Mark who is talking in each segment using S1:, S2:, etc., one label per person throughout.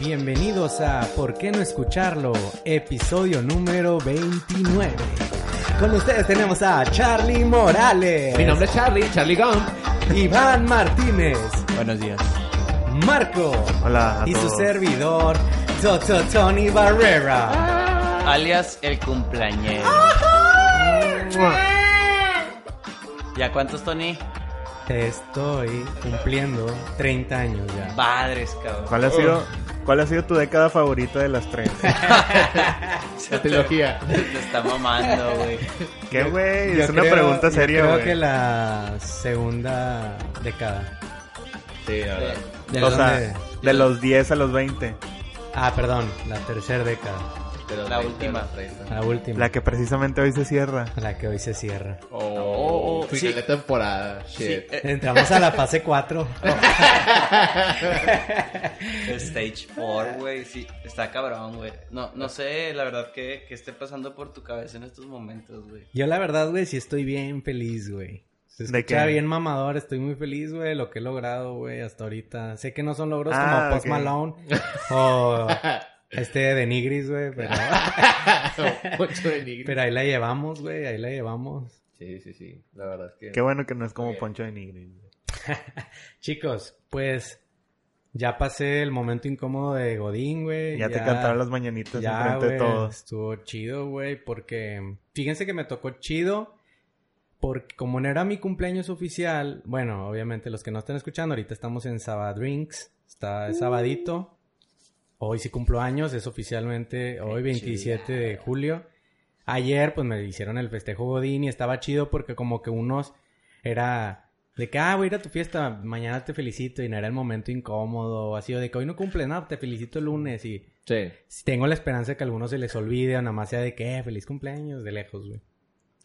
S1: Bienvenidos a ¿Por qué no escucharlo? Episodio número 29. Con ustedes tenemos a Charlie Morales.
S2: Mi nombre es Charlie, Charlie Gump.
S1: Iván Martínez.
S3: Buenos días.
S1: Marco.
S4: Hola a
S1: Y su
S4: todos.
S1: servidor, Toto Tony Barrera.
S3: Alias el cumpleañero. ¿Ya cuántos, Tony?
S1: Estoy cumpliendo 30 años ya.
S3: Padres, cabrón.
S4: ¿Cuál ha sido, cuál ha sido tu década favorita de las tres?
S2: La trilogía.
S3: Te está mamando, güey.
S4: ¿Qué, güey?
S1: Yo
S4: Es una
S1: creo-
S4: pregunta
S1: yo
S4: seria,
S1: Creo que
S4: güey.
S1: la segunda década.
S2: Sí, la verdad.
S1: ¿De
S4: O
S1: dónde?
S4: sea, de los 10 a los 20.
S1: Ah, perdón, la tercera década.
S2: Pero
S3: La
S2: ahí te
S3: última.
S2: lo traigo.
S1: La última.
S4: La que precisamente hoy se cierra.
S1: La que hoy se cierra.
S2: Oh,
S3: Oh,
S2: final
S3: sí.
S2: de temporada. Shit.
S1: Entramos a la fase 4.
S3: Stage 4, güey. Sí, está cabrón, güey. No, no sé, la verdad, que, que esté pasando por tu cabeza en estos momentos, güey.
S1: Yo la verdad, güey, sí estoy bien feliz, güey. Se
S4: ¿De
S1: escucha
S4: qué?
S1: bien mamador, estoy muy feliz, güey, lo que he logrado, güey, hasta ahorita. Sé que no son logros
S4: Ah,
S1: como Post
S4: ok.
S1: Malone o este de Nigris, güey, pero,
S2: Oh, Mucho de nigris.
S1: pero ahí la llevamos, güey, ahí la llevamos.
S2: Sí, sí, sí. La verdad es que.
S4: Qué bueno que no es como
S2: Bien.
S4: Poncho de Nigris. güey.
S1: Chicos, pues ya pasé el momento incómodo de Godín, güey.
S4: Ya, te cantaron las mañanitas
S1: Ya,
S4: enfrente de
S1: güey,
S4: todos.
S1: estuvo chido, güey, porque fíjense que me tocó chido, porque como no era mi cumpleaños oficial, bueno, obviamente los que no están escuchando, ahorita estamos en Sabadrinks, está es sabadito, hoy sí cumplo años, es oficialmente hoy 27 de julio. Ayer pues me hicieron el festejo Godín y estaba chido porque como que unos era... De que, ah, voy a ir a tu fiesta, mañana te felicito, y no era el momento incómodo, así, o de que hoy no cumple, no, te felicito el lunes, y
S2: Sí,
S1: Sí, Tengo la esperanza de que a algunos se les olvide o nada más sea de que "Eh, feliz cumpleaños de lejos, güey.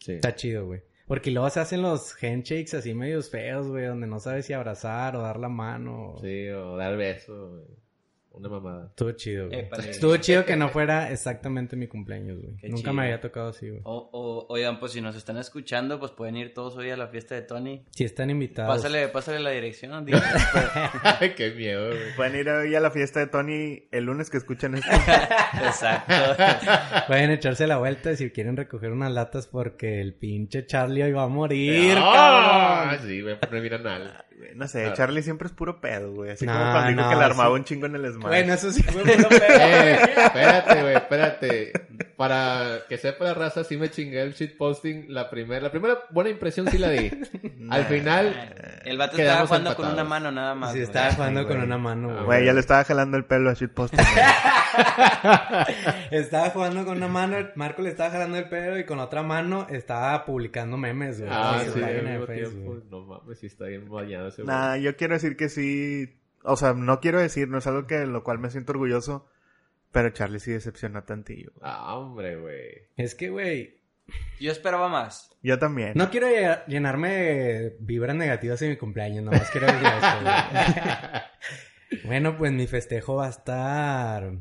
S2: sí.
S1: Está chido, güey. Porque luego se hacen los handshakes así medios feos, güey, donde no sabes si abrazar o dar la mano. Sí.
S2: Sí, o dar beso. güey. Una mamada.
S1: Estuvo chido, güey.
S3: Épale.
S1: Estuvo chido que no fuera exactamente mi cumpleaños, güey.
S3: Qué
S1: Nunca
S3: chido.
S1: me había tocado así, güey.
S3: O, o, oigan, pues si nos están escuchando, pues pueden ir todos hoy a la fiesta de Tony.
S1: Si están invitados.
S3: Pásale, pásale la dirección. pues. digo.
S2: Qué miedo, güey.
S4: Pueden ir hoy a la fiesta de Tony el lunes que escuchan esto.
S3: Exacto.
S1: Pueden echarse la vuelta y si quieren recoger unas latas porque el pinche Charlie hoy va a morir,
S2: Ah,
S1: cabrón.
S2: Sí, voy a poner bien anal.
S4: No sé,
S2: Claro.
S4: Charlie siempre es puro pedo, güey. Así como
S1: No,
S4: cuando dijo
S1: no,
S4: que le
S1: sí.
S4: armaba un chingo en el Smash.
S1: Bueno, eso sí fue puro pedo.
S2: Eh, espérate, güey, espérate. Para que sepa la raza, sí me chingué el shitposting. La primera, la primera buena impresión sí la di. Al final,
S3: El vato estaba
S2: Quedamos
S3: jugando con
S2: empatados.
S3: una mano nada más. Ah,
S1: Sí,
S3: güey.
S1: estaba jugando con
S4: güey.
S1: una mano, güey.
S4: Güey, ya le estaba jalando el pelo a Shitpost.
S1: Estaba jugando con una mano, Marco le estaba jalando el pelo y con la otra mano estaba publicando memes, güey.
S2: Ah,
S1: en su
S2: sí, al
S1: página de
S2: mismo
S1: Facebook.
S2: tiempo. No mames, sí está bien bañado ese güey.
S4: Nah, yo quiero decir que sí. O sea, no quiero decir, no es algo que lo cual me siento orgulloso. Pero Charlie sí decepcionó tantillo. güey.
S2: Ah, hombre, güey.
S1: Es que, güey,
S3: Yo esperaba más.
S4: Yo también.
S1: no quiero lle- llenarme de vibras negativas en mi cumpleaños, nomás quiero decir eso, güey. Bueno, pues mi festejo va a estar...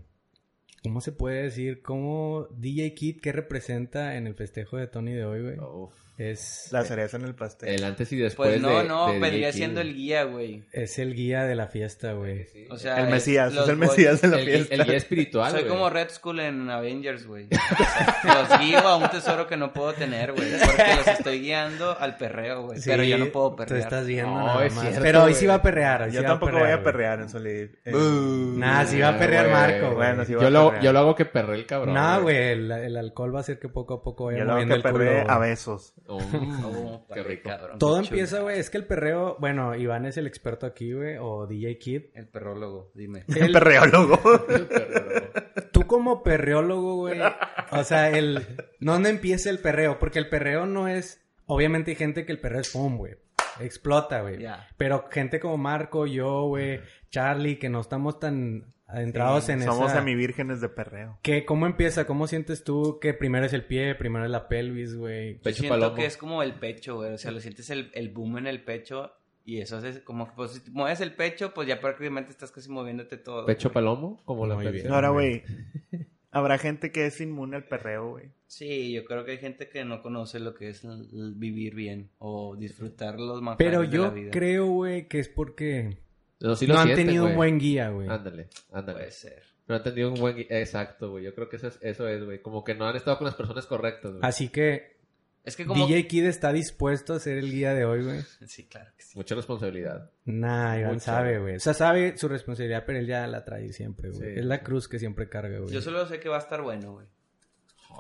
S1: ¿Cómo se puede decir? ¿Cómo DJ Kid, qué representa en el festejo de Tony de hoy, güey?
S2: Uf.
S1: Es,
S4: La cereza en el pastel.
S2: El antes y después.
S3: Pues no,
S2: de-
S3: no,
S2: de
S3: vendría
S2: DJ King,
S3: siendo el
S2: güey.
S3: guía, güey.
S1: es el guía de la fiesta, güey.
S2: Sí.
S3: O sea,
S4: El
S3: es
S4: Mesías, es
S3: los
S4: el
S3: boys-
S4: Mesías de la
S2: El-
S4: fiesta.
S2: El guía espiritual.
S3: Soy
S2: güey.
S3: como Red Skull en Avengers, güey. O sea, los guío a un tesoro que no puedo tener, güey. Porque los estoy guiando al perreo, güey.
S1: Sí,
S3: pero yo no puedo
S1: Tú
S3: perrear.
S1: estás viendo
S2: No,
S1: nada
S2: es
S1: más.
S2: cierto,
S1: Pero hoy
S2: güey.
S1: sí va a perrear. hoy sí
S4: Yo
S1: va
S4: tampoco voy a
S1: güey.
S4: perrear en Solid. eh,
S1: Uh, Nah, sí va a perrear
S2: güey.
S1: Marco, güey.
S4: Bueno, sí va
S2: yo,
S4: a
S2: lo,
S4: perrear.
S2: yo lo hago que perre el cabrón.
S1: No, güey, el, el alcohol va a hacer que poco a poco vaya
S4: Yo lo
S1: moviendo
S4: que
S1: el culo.
S4: perré
S1: güey.
S4: a besos.
S2: Mm,
S3: Oh,
S2: qué rico.
S3: cabrón,
S1: Todo
S3: qué
S1: empieza,
S3: chulada.
S1: güey, es que el perreo, bueno, Iván es el experto aquí, güey, o DJ Kid.
S3: El perrólogo, dime.
S4: El perreólogo.
S1: Tú como perreólogo, güey, o sea, el ¿dónde empieza el perreo? Porque el perreo no es obviamente hay gente que el perreo es pum, güey. Explota, güey.
S3: Ya.
S1: Pero gente como Marco, yo, güey, Charlie, que no estamos tan adentrados en
S4: Somos
S1: esa...
S4: semivírgenes de perreo.
S1: ¿Qué, ¿Cómo empieza? ¿Cómo sientes tú que primero es el pie, primero es la pelvis, güey?
S3: Yo
S2: Pecho
S3: siento
S2: palomo.
S3: que es como el pecho, güey. O sea, lo sientes el, el boom en el pecho. Y eso es como que pues, si mueves el pecho, pues ya prácticamente estás casi moviéndote todo.
S2: Pecho palomo, como la
S1: Muy bien.
S2: canción.
S4: Ahora, güey. Habrá gente que es inmune al perreo, güey.
S3: Sí, yo creo que hay gente que no conoce lo que es el- el vivir bien o disfrutar los manjares
S1: Pero
S3: de la
S1: yo
S3: vida.
S1: creo, güey, que es porque
S2: No, sí lo
S1: no han
S2: sienten,
S1: tenido
S2: güey. Ah,
S1: un buen guía, güey.
S2: Ándale, ándale.
S3: Puede ser.
S2: No han tenido un buen... gui- Exacto, güey. Yo creo que eso es, eso es, güey. Como que no han estado con las personas correctas, güey.
S1: Así que
S3: Es que como...
S1: DJ Kid está dispuesto a ser el guía de hoy, güey.
S3: Sí, claro que sí.
S2: Mucha responsabilidad.
S1: Nah, Iván
S2: Mucho.
S1: sabe, güey. O sea, sabe su responsabilidad, pero él ya la trae siempre, güey.
S2: Sí.
S1: es la cruz que siempre carga, güey.
S3: Yo solo sé que va a estar bueno, güey.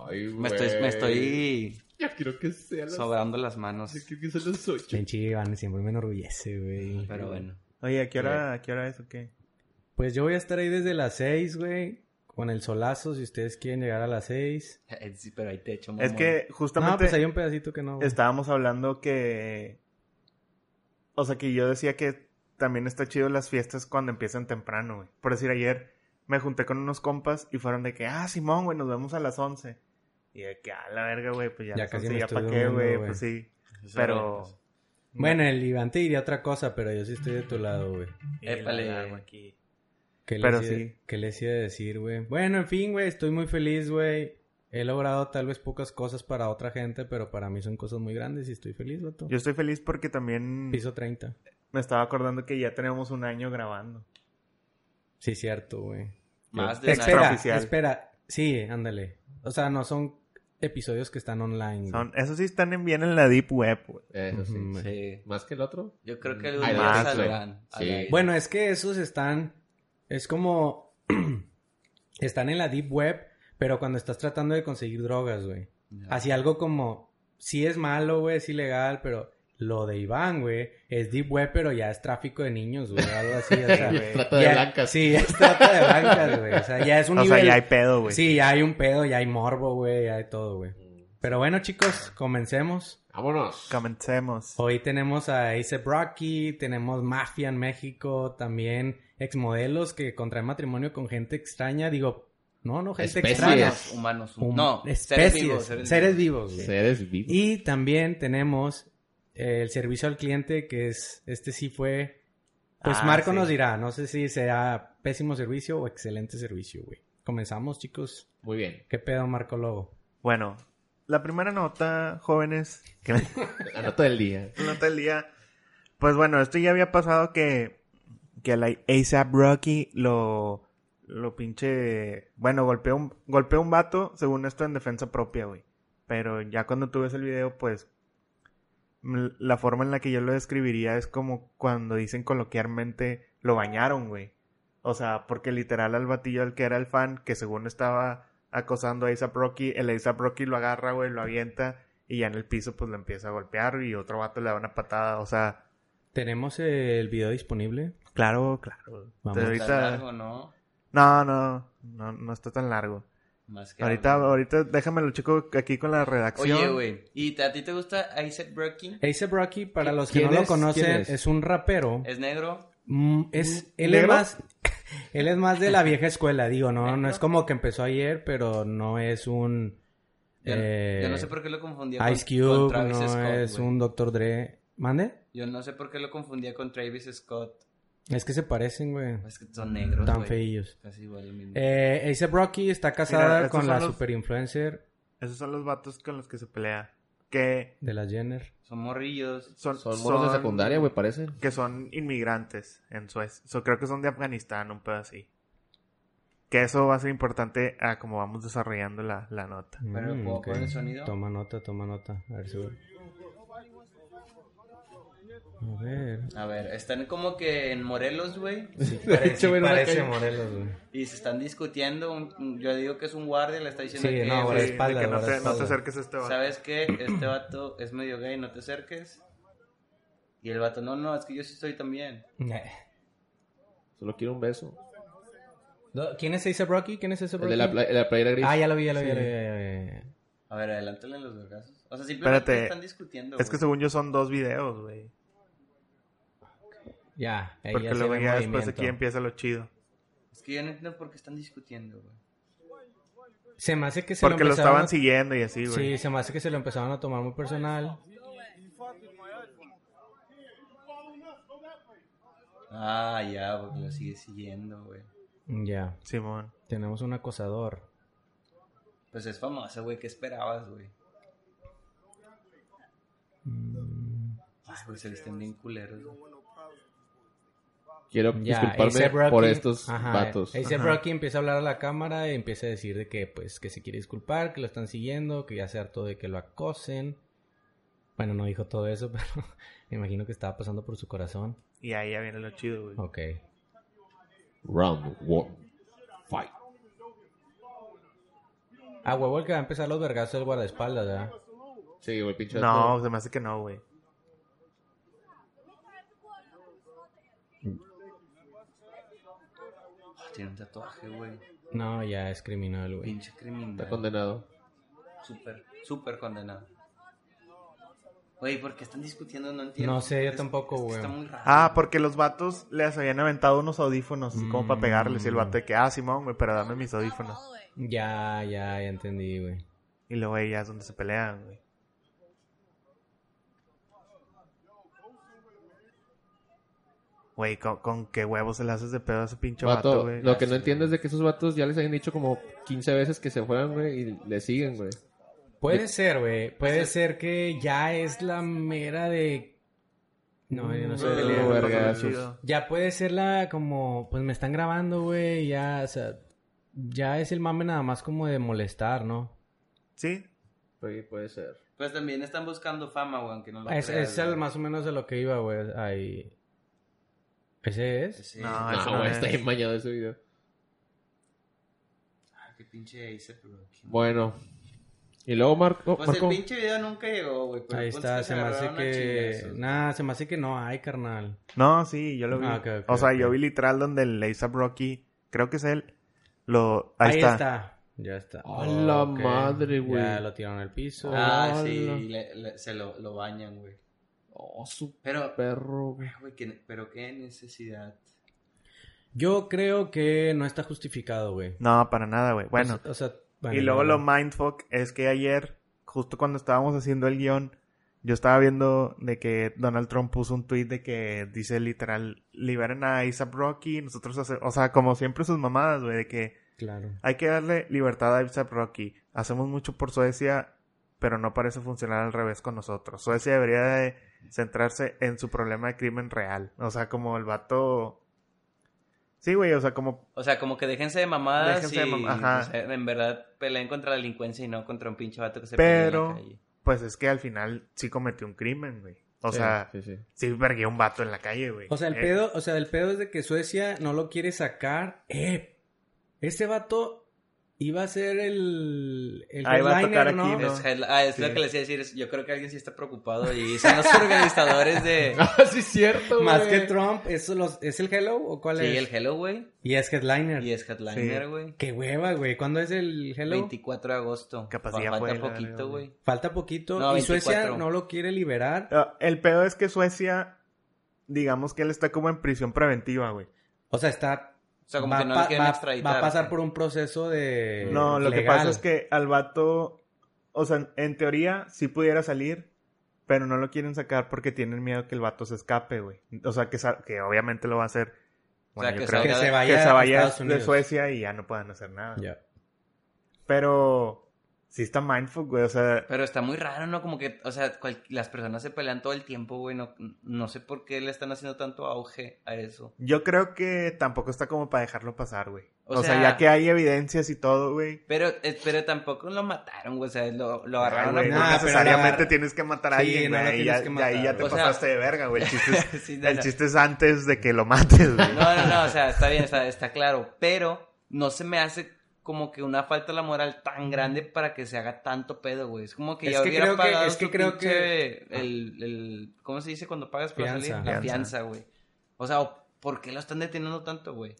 S2: Ay,
S3: Me estoy, me estoy
S2: Ya quiero que sea las...
S3: sobrando las manos.
S2: Ya quiero que sean las ocho.
S1: Pinche Iván siempre me enorgullece, güey.
S3: Pero bueno.
S4: Oye, ¿a qué hora, a qué hora es o qué?
S1: Pues yo voy a estar ahí desde las 6, güey. Con el solazo, si ustedes quieren llegar a las 6.
S3: Eh, Sí, pero ahí te echo
S4: Es
S3: mamón.
S4: que
S1: No,
S4: justamente
S1: pues hay un pedacito que no. güey.
S4: estábamos hablando que... O sea, que yo decía que también está chido las fiestas cuando empiezan temprano, güey. Por decir, ayer me junté con unos compas y fueron de que, ah, Simón, güey, nos vemos a las 11. Y de que, ah, la verga, güey, pues ya,
S1: Ya
S4: las
S1: casi
S4: 11,
S1: me
S4: ya
S1: estoy
S4: pa' qué,
S1: durmiendo,
S4: güey,
S1: güey.
S4: pues sí.
S3: Eso es
S4: Pero...
S3: bueno.
S1: Bueno, el Iván te diría otra cosa, pero yo sí estoy de tu lado, güey.
S4: Y la
S3: Épale.
S4: alarma aquí.
S1: ¿Qué les
S4: Pero
S1: iba-
S4: sí.
S1: ¿Qué les iba a decir, güey? Bueno, en fin, güey, estoy muy feliz, güey. He logrado tal vez pocas cosas para otra gente, pero para mí son cosas muy grandes y estoy feliz, vato.
S4: Yo estoy feliz porque también
S1: Piso 30.
S4: me estaba acordando que ya tenemos un año grabando.
S1: Sí, cierto, güey.
S3: Más de
S4: Extra
S1: Espera,
S3: nada.
S4: oficial.
S1: espera. Sí, ándale. O sea, no son episodios que están online. güey.
S4: Son, esos sí están en- bien en la deep web, güey.
S2: Eso sí.
S1: Ujú.
S3: Sí.
S2: ¿Más que el otro?
S3: Yo creo que
S2: Hay
S3: algún día
S4: más, güey.
S3: saldrán.
S2: Sí.
S3: Sí.
S1: Bueno, es que esos están. Es como. están en la deep web, pero cuando estás tratando de conseguir drogas, güey. Así algo como. Sí es malo, güey, es ilegal, pero. Lo de Iván, güey, es deep web, pero ya es tráfico de niños, güey, algo así, o sea,
S4: güey.
S2: Trata de
S1: ya-
S2: blancas.
S1: Sí, ya es trata de blancas, güey, o sea, ya es un
S4: O
S1: nivel...
S4: sea, ya hay pedo, güey.
S1: Sí, ya hay un pedo, ya hay morbo, güey, ya hay todo, güey. Pero bueno, chicos, comencemos.
S2: Mm, Vámonos.
S4: Comencemos.
S1: Hoy tenemos a Ace Rocky, tenemos Mafia en México, también exmodelos que contraen matrimonio con gente extraña. Digo, no, no, gente
S2: Especies.
S1: extraña.
S3: Humanos, humanos.
S1: Hum-
S3: no,
S1: especies,
S3: seres vivos. Seres, vivos.
S1: vivos. güey.
S2: Seres vivos.
S1: Y también tenemos eh, el servicio al cliente, que es, este sí fue, pues
S4: Ah,
S1: Marco
S4: sí.
S1: nos dirá, no sé si será pésimo servicio o excelente servicio, güey. Comenzamos, chicos.
S2: Muy bien.
S1: ¿Qué pedo, Marco Lobo?
S4: Bueno, la primera nota, jóvenes, que me
S2: La nota del día.
S4: nota del día. Pues bueno, esto ya había pasado que, que a la ASAP Rocky lo, lo pinche... Bueno, golpeó un, golpeó un vato, según esto, en defensa propia, güey. Pero ya cuando tú ves el video, pues... mm, La forma en la que yo lo describiría es como cuando dicen coloquialmente lo bañaron, güey. O sea, porque literal al batillo al que era el fan, que según estaba acosando a ASAP Rocky, el ASAP Rocky lo agarra, güey, lo avienta y ya en el piso pues le empieza a golpear y otro vato le da una patada, o sea,
S1: ¿Tenemos el video disponible?
S4: claro, claro.
S1: Vamos.
S4: Te- ahorita-
S3: Está largo, ¿no?
S4: No, no, no, no está tan largo.
S3: Más que
S4: Ahorita,
S3: algo.
S4: ahorita déjame lo chico aquí con la redacción.
S3: Oye, güey. ¿Y a ti te gusta Isaac Brocky?
S1: A$AP Rocky, para los que
S2: ¿Quién
S1: no lo
S2: es? ¿Quién
S1: conocen,
S2: es?
S1: es? un rapero.
S3: ¿Es negro?
S1: Mm, Es, él es
S4: ¿Negro?
S1: más, él es más de la vieja escuela, digo, no, no es
S3: ¿Negro?
S1: como que empezó ayer, pero no es un
S3: Yo, no-
S1: eh,
S3: yo no sé por qué lo confundía con,
S1: Ice
S3: con
S1: Cube,
S3: Travis
S1: no
S3: Scott.
S1: es
S3: güey.
S1: un Dr. Dre. ¿Mande?
S3: Yo no sé por qué lo confundía con Travis Scott.
S1: Es que se parecen, güey.
S3: Es que son negros,
S1: Tan
S3: güey.
S1: feillos.
S3: Casi igual el mismo.
S1: Eh, A$AP Rocky está casada
S4: Mira, estos
S1: con
S4: son
S1: la
S4: los-
S1: super influencer
S4: Esos son los vatos con los que se pelea. Que
S1: de las Jenner.
S3: Son morrillos.
S4: son,
S2: Son monos de
S4: son-
S2: secundaria, güey, parecen.
S4: Que son inmigrantes en Suecia. So, creo que son de Afganistán, un pedo así. Que eso va a ser importante a como vamos desarrollando la, la nota.
S3: Pero,
S1: Mm,
S3: ¿puedo
S1: ok.
S3: poner el sonido?
S1: Toma nota, toma nota. A ver si... A ver.
S3: A ver, están como que en Morelos, güey.
S1: Parece,
S2: hecho, bueno,
S1: parece
S2: la calle-
S1: Morelos, güey.
S3: Y se están discutiendo. un- yo digo que es un guardia, le está diciendo
S1: Sí,
S3: que.
S1: no,
S3: güey,
S1: la
S4: Sí, de
S1: espalda,
S4: que no,
S1: la
S4: te, no te
S1: espalda.
S4: acerques a este vato.
S3: ¿Sabes qué? Este vato es medio gay, no te acerques. Y el vato, no, no, es que yo sí soy también.
S1: Eh.
S2: Solo quiero un beso.
S1: No, ¿Quién es A$AP Rocky? ¿Quién es A$AP
S2: El
S1: Rocky?
S2: de la, play- la playera gris.
S1: Ah, ya lo vi, ya lo vi,
S2: Sí.
S1: ya lo vi, ya lo vi, ya lo vi.
S3: A ver, adelántale los vergazos. O sea, simplemente
S4: Espérate.
S3: están discutiendo.
S4: Es que
S3: güey.
S4: según yo son dos videos, güey.
S1: Ya, ahí
S4: Porque
S1: ya se
S4: luego
S1: ve
S4: ya después
S1: movimiento.
S4: aquí empieza lo chido.
S3: Es que yo no entiendo por qué están discutiendo, güey.
S1: Se me hace que se
S4: Porque
S1: lo
S4: lo,
S1: empezaron
S4: estaban
S1: a-
S4: siguiendo y así, güey.
S1: Sí, se me hace que se lo empezaron a tomar muy personal.
S3: Ah, ya, porque lo sigue siguiendo, güey.
S1: Ya,
S4: Simón.
S1: tenemos un acosador.
S3: Pues es famosa, güey. ¿Qué esperabas, güey?
S1: Mm.
S3: Ay, güey, se visten bien culeros, güey.
S2: Quiero
S1: Ya,
S2: disculparme
S1: A$AP Rocky-
S2: por estos
S1: ajá,
S2: vatos.
S1: A$AP
S4: Ajá.
S1: Rocky empieza a hablar a la cámara y empieza a decir de que, pues, que se quiere disculpar, que lo están siguiendo, que ya se hartó de que lo acosen. Bueno, no dijo todo eso, pero me imagino que estaba pasando por su corazón.
S4: Y ahí ya viene lo chido, güey.
S1: Ok.
S2: Round one. Fight.
S1: Ah, huevo, el que va a empezar los vergazos del guardaespaldas, ¿verdad?
S2: Sí, güey, pinche
S4: No, se me hace que no, güey.
S3: Ah, Tiene un tatuaje, güey.
S1: No, ya es criminal, güey.
S3: Pinche criminal.
S2: Está condenado.
S3: Súper, súper condenado. Güey, ¿por qué están discutiendo? No entiendo.
S1: No sé, yo
S3: Es-
S1: tampoco,
S3: es que
S1: güey.
S3: Está muy raro.
S4: Ah, porque los vatos les habían aventado unos audífonos así como para
S1: Mm.
S4: pegarles. Y el vato de que, ah, Simón, güey, pero dame mis audífonos.
S1: Ya, ya, ya entendí, güey.
S4: Y luego ahí ya es donde se pelean, güey. Güey, ¿con, con qué huevos se le haces de pedo a ese pinche
S2: Vato,
S4: vato, güey?
S2: lo que no entiendo es de que esos vatos ya les hayan dicho como 15 veces que se fueran, güey, y le siguen, güey.
S1: Puede ser, güey. Puede ser que ya es la mera de... No, yo no sé.
S2: No,
S4: Pelean,
S2: güey.
S4: pasan
S2: vergazos.
S4: chido.
S1: Ya puede ser la como, pues me están grabando, güey, ya, o sea, ya es el mame nada más como de molestar, ¿no?
S4: Sí,
S2: Sí, puede ser.
S3: Pues también están buscando fama, güey, aunque no lo
S1: Es,
S3: creas,
S1: es el
S3: güey.
S1: más o menos de lo que iba, güey, ahí. ¿Ese es?
S3: Sí.
S4: No,
S3: Ah,
S4: eso
S2: No, güey,
S4: es.
S2: está bien mañado ese video.
S3: qué pinche Ace Rocky.
S2: Bueno. Y luego Marco,
S3: Pues
S2: Marco
S3: el pinche video nunca llegó, güey. pero
S1: Ahí
S3: el punto es
S1: está,
S3: que
S1: se me hace
S3: agarraron a
S1: que...
S3: chingazos.
S1: Nah, se me hace que no hay, carnal.
S4: No, sí, yo lo vi.
S1: Ah, ok, ok,
S4: o sea,
S1: ok.
S4: yo vi literal donde el A$AP Rocky, creo que es él, lo... Ahí, está.
S1: Ya está.
S2: ¡A la
S1: Ok.
S2: madre, güey!
S1: Ya lo tiraron al piso.
S3: Ah,
S2: Hola.
S3: sí, le- le- se lo, lo bañan, güey.
S2: Oh, su
S3: Pero,
S2: perro, güey.
S1: Ah,
S3: güey, que- pero qué necesidad.
S1: Yo creo que no está justificado, güey.
S4: No, para nada, güey. Bueno,
S1: O sea, bueno,
S4: y luego
S1: no.
S4: lo mindfuck es que ayer, justo cuando estábamos haciendo el guión, yo estaba viendo de que Donald Trump puso un tweet de que dice literal, liberen a A$AP Rocky, nosotros hace- o sea, como siempre sus mamadas, güey, de que
S1: Claro.
S4: hay que darle libertad a A$AP Rocky. Hacemos mucho por Suecia, pero no parece funcionar al revés con nosotros. Suecia debería de centrarse en su problema de crimen real. O sea, como el vato... Sí, güey, o sea, como...
S3: O sea, como que déjense de mamadas
S4: Déjense de
S3: y
S4: mam- ajá.
S3: pues, en verdad peleen contra la delincuencia y no contra un pinche vato que se pelea en
S4: Pero-
S3: la calle.
S4: Pues es que al final sí cometió un crimen, güey. O
S2: Sí,
S4: sea,
S2: sí, sí.
S4: sí vergué un vato en la calle, güey.
S1: O sea, el
S4: Eh,
S1: pedo, o sea, el pedo es de que Suecia no lo quiere sacar. Eh, ese vato iba a ser el, el
S4: Ahí va a tocar
S1: headliner,
S4: aquí,
S1: ¿no?
S4: ¿no?
S3: Es, headla- ah, es
S4: Sí.
S3: lo que les iba a decir. es- Yo creo que alguien sí está preocupado y son los organizadores de...
S2: Ah, sí, es cierto,
S1: Más
S2: güey.
S1: que Trump, ¿es, los, ¿es el Hello o cuál
S3: Sí,
S1: es?
S3: el Hello, güey.
S1: Y es headliner.
S3: Y es Headliner, güey.
S1: Qué hueva, güey. ¿Cuándo es el Hello?
S3: 24 de agosto.
S4: Capaz
S3: Fa-
S4: pues ya
S3: Falta
S4: fue, la verga,
S3: poquito, güey.
S1: Falta poquito.
S3: No,
S1: y Suecia
S3: 24.
S1: no lo quiere liberar.
S4: Ah, El pedo es que Suecia, digamos que él está como en prisión preventiva, güey.
S1: O sea, está.
S3: O sea, como
S1: va,
S3: que no
S1: pa-
S3: lo quieren
S1: va-
S3: extraditar.
S1: va a pasar
S3: güey.
S1: por un proceso de.
S4: No, lo que
S1: legal.
S4: pasa es que al vato, o sea, en teoría sí pudiera salir, pero no lo quieren sacar porque tienen miedo que el vato se escape, güey. O sea, que, sa- que obviamente lo va a hacer. Bueno,
S3: sea,
S4: yo
S3: que
S4: creo
S1: Que
S4: que,
S1: se
S4: que
S1: vaya,
S4: se
S1: a
S4: vaya
S1: Estados
S4: de
S1: Unidos.
S4: Suecia y ya no puedan hacer nada.
S1: Ya.
S4: Pero sí está mindful, güey. O sea,
S3: Pero está muy raro, ¿no? Como que, o sea, cual- las personas se pelean todo el tiempo, güey. No, no sé por qué le están haciendo tanto auge a eso.
S4: yo creo que tampoco está como para dejarlo pasar, güey.
S3: O
S4: O, sea,
S3: sea-
S4: ya que hay evidencias y todo, güey.
S3: Pero, eh, pero tampoco lo mataron, güey. O sea, lo, lo
S4: Ay,
S3: agarraron
S4: güey,
S1: no,
S4: no
S1: pero
S4: necesariamente
S1: la-
S4: tienes que matar a
S1: Sí,
S4: alguien,
S1: no
S4: güey.
S1: la
S4: ahí,
S1: tienes que
S4: ya, ya- ahí ya
S1: matar.
S4: te
S3: O sea-
S4: pasaste de verga, güey. El chiste es,
S3: Sí, no,
S4: el
S3: no.
S4: chiste es antes de que lo mates, güey.
S3: No, no, no, o sea, está bien, está, está claro. Pero no se me hace como que una falta a la moral tan grande para que se haga tanto pedo, güey. Es como que
S1: Es
S3: ya
S1: que
S3: hubiera
S1: creo que-
S3: pagado
S1: es que
S3: su
S1: creo
S3: pinche-
S1: que-
S3: el, el- ¿Cómo se dice cuando pagas para
S1: Fianza.
S3: salir? La
S4: ah. Fianza.
S3: fianza, güey. O sea, ¿o ¿por qué lo están deteniendo tanto, güey?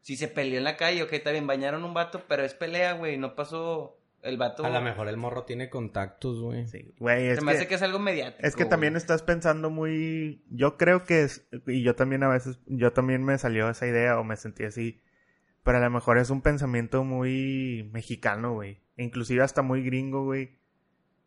S3: Si se peleó en la calle, ok, está bien, bañaron un vato, pero es pelea, güey. No pasó el vato.
S1: A lo mejor el morro tiene contactos, güey.
S4: Sí, güey,
S3: Se
S4: es
S3: me
S4: que-
S3: hace que es algo mediático.
S4: Es que
S3: güey.
S4: también estás pensando muy. Yo creo que es. Y yo también a veces. Yo también me salió esa idea o me sentí así. Pero a lo mejor es un pensamiento muy mexicano, güey. Inclusive hasta muy gringo, güey.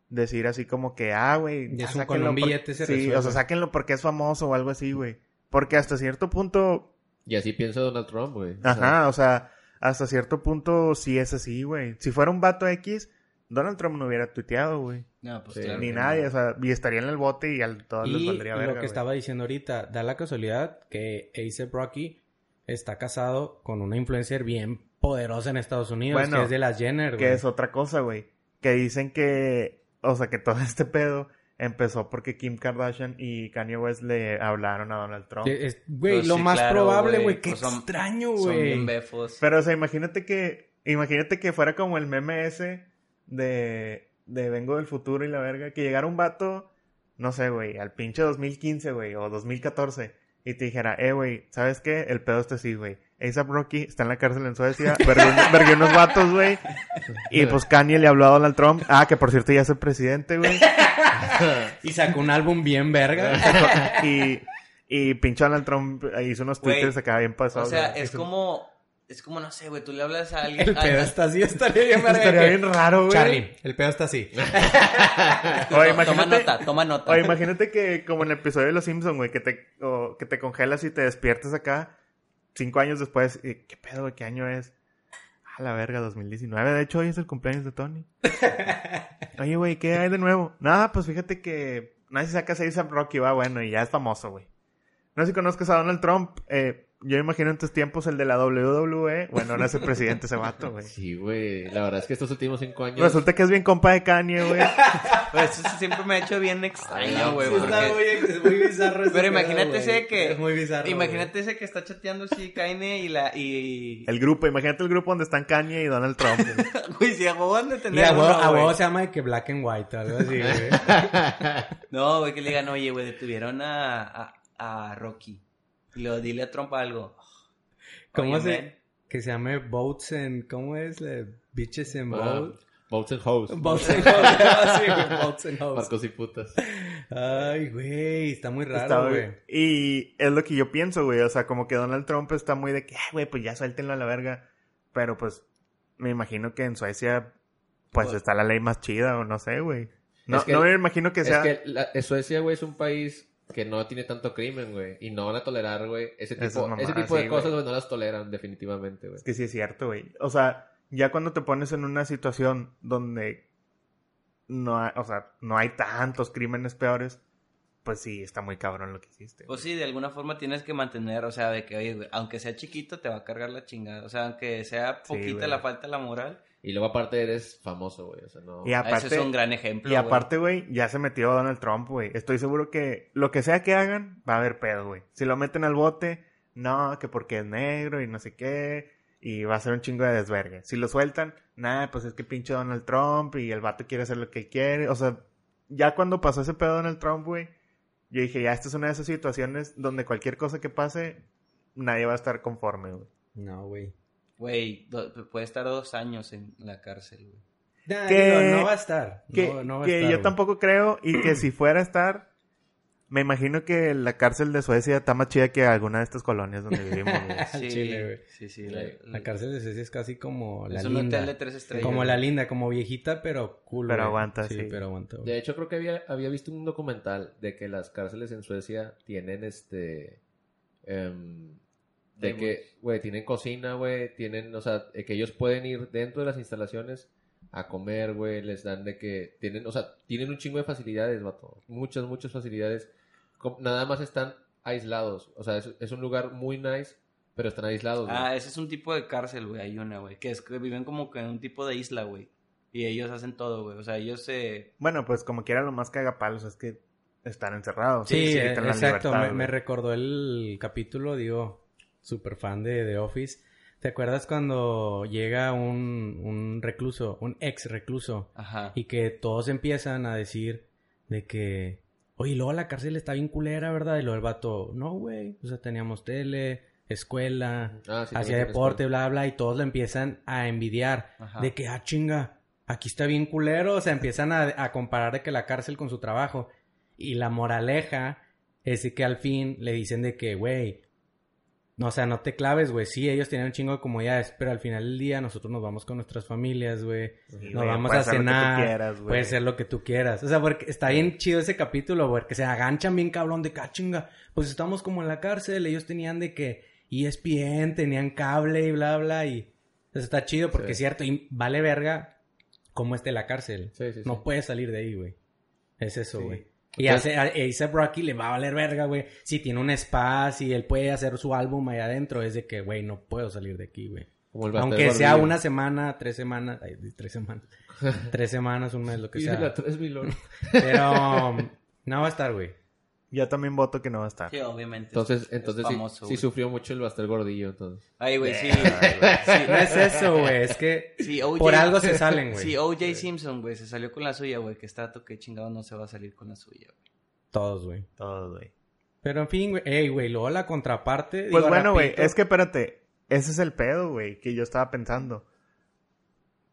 S4: Decir así como que, ah, güey.
S1: Y
S4: ya
S1: es un- con
S4: sáquenlo
S1: un
S4: por-
S1: billete se
S4: Sí,
S1: resuelve.
S4: o sea, sáquenlo porque es famoso o algo así, güey. Porque hasta cierto punto.
S2: Y así piensa Donald Trump, güey. O sea,
S4: Ajá, o sea, hasta cierto punto sí es así, güey. Si fuera un vato X, Donald Trump no hubiera tuiteado, güey.
S3: No, pues
S2: Sí.
S3: claro.
S4: Ni
S3: que
S4: nadie,
S3: no.
S4: o sea, y estaría en el bote y a todos les
S1: Y
S4: valdría
S1: lo
S4: verga,
S1: que
S4: güey.
S1: estaba diciendo ahorita, da la casualidad que A$AP Rocky está casado con una influencer bien poderosa en Estados Unidos,
S4: Bueno,
S1: que es de las Jenner,
S4: Que
S1: güey.
S4: es otra cosa, güey. Que dicen que, o sea, que todo este pedo empezó porque Kim Kardashian y Kanye West le hablaron a Donald Trump.
S1: Que es- Güey,
S3: Pues
S1: lo
S3: sí,
S1: más
S3: claro,
S1: probable,
S3: güey,
S1: güey, qué
S3: pues son-
S1: extraño,
S3: Son bien
S1: güey.
S3: befos.
S4: Pero, o sea, imagínate que, imagínate que fuera como el meme ese de, de Vengo del Futuro y la verga, que llegara un vato, no sé, güey, al pinche 2015, güey, o 2014, y te dijera, eh, güey, ¿sabes qué? El pedo está así, güey. A$AP Rocky está en la cárcel en Suecia, vergué un- vergué unos vatos, güey, y pues Kanye le habló a Donald Trump, ah, que por cierto ya es el presidente, güey.
S1: Y sacó un álbum bien verga.
S4: y, y pinche Donald Trump hizo unos
S3: Güey,
S4: twitters acá bien
S3: O
S4: pasados.
S3: sea,
S4: güey.
S3: es como. Es como, no sé, güey, tú le hablas a alguien.
S1: El
S3: ah,
S1: pedo
S3: ah,
S1: está así, estaría bien verga.
S4: Estaría bien raro, güey.
S1: Charlie, el pedo está así.
S4: O
S3: no, Toma
S4: imagínate-
S3: nota, toma nota.
S4: O imagínate que, como en el episodio de Los Simpsons, güey, que te, o que te congelas y te despiertas acá cinco años después. Y, ¿Qué pedo, güey? ¿Qué año es? A la verga, 2019. De hecho, hoy es el cumpleaños de Tony. Oye, güey, ¿qué hay de nuevo? Nada, pues fíjate que nadie se saca seis a Rocky, va bueno, y ya es famoso, güey. No sé si conozcas a Donald Trump. eh, yo imagino en tus tiempos el de la WWE. Bueno, ahora es el presidente ese vato, güey.
S2: Sí, güey. La verdad es que estos últimos cinco años.
S4: Resulta que es bien compa de Kanye, güey.
S3: Pero pues, eso sí siempre me ha hecho bien extraño, güey.
S2: Sí,
S3: porque-
S1: es muy bizarro ese
S3: Pero
S1: pedo,
S3: imagínate
S1: güey.
S3: ese que.
S1: Es muy bizarro.
S3: Imagínate ese que está chateando así, Kaine y la. Y.
S4: El grupo, imagínate el grupo donde están Kanye y Donald Trump. güey.
S3: Güey, si a huevo han
S1: güey.
S3: de
S1: Y
S3: tener
S1: a huevo-
S3: uno,
S1: a
S3: güey.
S1: huevo se llama de que black and white o algo así, güey.
S3: No, güey, que le digan, oye, güey, detuvieron a, a, a Rocky. Y luego dile a Trump algo.
S1: ¿Cómo
S3: Oye,
S1: se...?
S3: man,
S1: Que se llame Boats and... ¿Cómo es? La- Bitches and Boats.
S2: Boats and hoes.
S1: Boats and Hoes. Sí, güey, Boats and Hoes.
S2: Marcos y putas.
S1: Ay, güey, está muy
S4: Está,
S1: raro, güey.
S4: Y es lo que yo pienso, güey. O sea, como que Donald Trump está muy de que, "Ay, güey, pues ya suéltenlo a la verga. Pero pues, me imagino que en Suecia, pues
S3: Pues-
S4: está la ley más chida o no sé, güey. No,
S2: Es que-
S4: no me imagino que sea...
S2: Es que la- Suecia, güey, es un país que no tiene tanto crimen, güey. Y no van a tolerar, güey. Ese tipo,
S4: Esas mamadas,
S2: ese tipo
S4: sí,
S2: de cosas,
S4: güey.
S2: güey, no las toleran definitivamente, güey.
S4: Es que sí es cierto, güey. O sea, ya cuando te pones en una situación donde no hay, o sea, no hay tantos crímenes peores, pues sí, está muy cabrón lo que hiciste.
S3: Pues sí, de alguna forma tienes que mantener, o sea, de que, oye, güey, aunque sea chiquito, te va a cargar la chingada. O sea, aunque sea
S4: Sí,
S3: poquita
S4: güey.
S3: la falta de la moral.
S2: Y luego aparte eres famoso, güey. O sea, no...
S4: Y
S3: ah,
S4: aparte,
S3: Ese es un gran ejemplo.
S4: Y
S3: güey.
S4: aparte, güey, ya se metió Donald Trump, güey. Estoy seguro que lo que sea que hagan, va a haber pedo, güey. Si lo meten al bote, no, que porque es negro y no sé qué. Y va a ser un chingo de desvergue. Si lo sueltan, nada, pues es que pinche Donald Trump y el vato quiere hacer lo que quiere. O sea, ya cuando pasó ese pedo Donald Trump, güey, yo dije, ya esta es una de esas situaciones donde cualquier cosa que pase, nadie va a estar conforme, güey.
S1: No, güey.
S3: Güey, do- puede estar dos años en la cárcel, güey.
S1: Nah,
S4: Que-
S1: digo, no va a estar.
S4: Que,
S1: no, no va a
S4: que
S1: estar.
S4: yo
S1: güey.
S4: tampoco creo y que si fuera a estar, me imagino que la cárcel de Suecia está más chida que alguna de estas colonias donde vivimos. güey.
S1: Al chile, güey.
S3: sí, sí.
S2: La-
S1: La cárcel de Suecia es casi como la
S3: es un
S1: linda.
S3: hotel de tres estrellas.
S1: Como la linda, como viejita, pero cool.
S4: Pero
S1: güey.
S4: aguanta,
S1: sí.
S4: sí.
S1: pero aguanta, güey.
S2: De hecho, creo que había, había visto un documental de que las cárceles en Suecia tienen este. em, de
S3: Demos.
S2: que, güey, tienen cocina, güey, tienen, o sea, eh, que ellos pueden ir dentro de las instalaciones a comer, güey, les dan de que tienen, o sea, tienen un chingo de facilidades, vato. Muchas, muchas facilidades. Com- Nada más están aislados, o sea, es, es un lugar muy nice, pero están aislados. güey.
S3: Ah, ese es un tipo de cárcel, güey. Hay una, güey. Que es que viven como que en un tipo de isla, güey. Y ellos hacen todo, güey. O sea, ellos se.
S4: Bueno, pues como quiera lo más cagapalos es que están encerrados.
S1: Sí,
S4: se
S1: eh,
S4: quitan la
S1: exacto.
S4: libertad,
S1: me-
S4: güey.
S1: me, recordó el capítulo, digo, super fan de The Office. ¿Te acuerdas cuando llega un, un recluso, un ex recluso,
S3: Ajá.
S1: y que todos empiezan a decir de que, oye, luego la cárcel está bien culera, ¿verdad? Y luego el vato, no, güey, o sea, teníamos tele, escuela,
S2: Ah, sí, también
S1: hacía
S2: tienen
S1: deporte, bla, bla, y todos le empiezan a envidiar.
S3: Ajá.
S1: De que, ah, chinga, aquí está bien culero. O sea, empiezan a, a comparar de que la cárcel con su trabajo. Y la moraleja es de que al fin le dicen de que, güey, no, o sea, no te claves, güey. Sí, ellos tienen un chingo de comodidades, pero al final del día nosotros nos vamos con nuestras familias, güey.
S4: Sí,
S1: Nos
S4: güey,
S1: vamos
S4: puede
S1: a
S4: ser lo que tú
S1: cenar,
S4: quieras, güey.
S1: Puedes ser lo que tú quieras. O sea, porque está bien chido ese capítulo, güey, que se aganchan bien cabrón de que, ah, chinga, pues estamos como en la cárcel. Ellos tenían de que E ESPN, tenían cable y bla, bla, y... Eso está chido porque
S2: Sí.
S1: es cierto, y vale verga cómo esté la cárcel.
S2: Sí, sí, sí.
S1: No puedes salir de ahí, güey. Es eso,
S2: Sí.
S1: güey. Y hace, a A$AP Rocky le va a valer verga, güey. Si tiene un spa, si él puede hacer su álbum allá adentro, es de que, güey, no puedo salir de aquí, güey.
S2: Como el Bastard
S1: Aunque sea
S2: Gordillo.
S1: una semana, tres semanas, ay, di- tres semanas, tres semanas, un mes, lo que
S2: Pídele a
S1: sea.
S2: tres milón.
S1: Pero um, no va a estar, güey.
S4: Yo también voto que no va a estar.
S3: Sí, obviamente.
S2: Entonces,
S3: Es-
S2: entonces
S3: es
S2: sí,
S3: famoso,
S2: sí
S3: güey.
S2: sufrió mucho el Bastel Gordillo, entonces.
S3: Ay, güey, sí.
S1: No es eso, güey. Es que
S3: Sí, OJ
S1: por algo se salen, güey. Eh.
S3: Sí, O.J. Simpson, güey, se salió con la suya, güey. Que está toque chingado, no se va a salir con la suya, güey.
S1: Todos, güey.
S4: Todo, güey.
S1: Pero en fin, güey. Ey, güey, luego la contraparte.
S4: Pues
S1: digo,
S4: bueno, güey,
S1: rapidito,
S4: es que espérate, ese es el pedo, güey, que yo estaba pensando.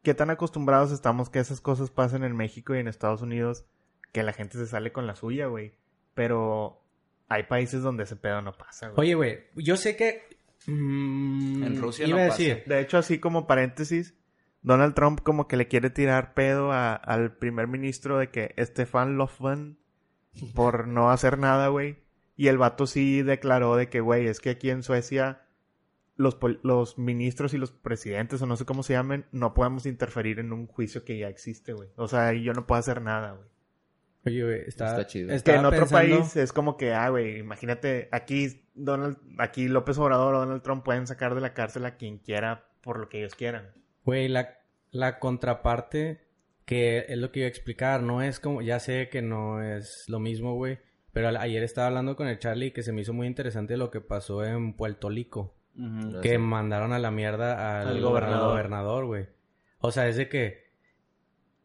S4: ¿Qué tan acostumbrados estamos que esas cosas pasen en México y en Estados Unidos que la gente se sale con la suya, güey? Pero hay países donde ese pedo no pasa, güey.
S1: Oye, güey, yo sé que. mm,
S3: En Rusia
S1: iba
S3: no
S1: a
S3: pasa.
S1: decir,
S4: De hecho, así como paréntesis, Donald Trump como que le quiere tirar pedo a- al primer ministro de que Stefan Lofman por no hacer nada, güey. Y el vato sí declaró de que, güey, es que aquí en Suecia los, pol- los ministros y los presidentes, o no sé cómo se llamen, no podemos interferir en un juicio que ya existe, güey. O sea, yo no puedo hacer nada, güey.
S1: Oye, güey, está,
S2: Está chido.
S4: Que
S1: estaba
S4: en otro
S1: pensando-
S4: país es como que, ah, güey, imagínate, aquí Donald, aquí López Obrador o Donald Trump pueden sacar de la cárcel a quien quiera por lo que ellos quieran.
S1: Güey, la, la contraparte, que es lo que iba a explicar, no es como, ya sé que no es lo mismo, güey, pero a- ayer estaba hablando con el Charlie que se me hizo muy interesante lo que pasó en Puerto Rico,
S3: Ujú.
S1: que
S2: Ah, sí.
S1: mandaron a la mierda al,
S4: Al
S1: al
S4: gobernador.
S1: gobernador, güey. O sea, es de que,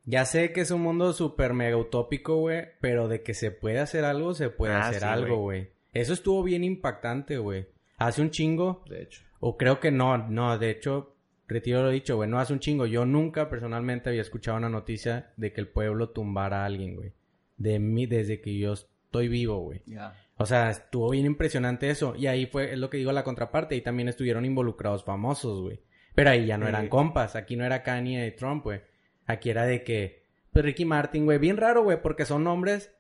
S1: ya sé que es un mundo súper mega utópico, güey, pero de que se puede hacer algo, se puede
S4: Ah,
S1: hacer
S4: sí,
S1: algo, güey. Eso estuvo bien impactante, güey. Hace un chingo,
S2: De hecho.
S1: o creo que no, no, de hecho, retiro lo dicho, güey, no hace un chingo. Yo nunca personalmente había escuchado una noticia de que el pueblo tumbara a alguien, güey. De mí, desde que yo estoy vivo, güey.
S3: Ya.
S1: O sea, estuvo bien impresionante eso. Y ahí fue es lo que digo la contraparte. Y también estuvieron involucrados famosos, güey. Pero ahí ya no eran
S4: Sí.
S1: compas. Aquí no era Kanye y Trump, güey. Aquí era de que pues, Ricky Martin, güey. Bien raro, güey, porque son nombres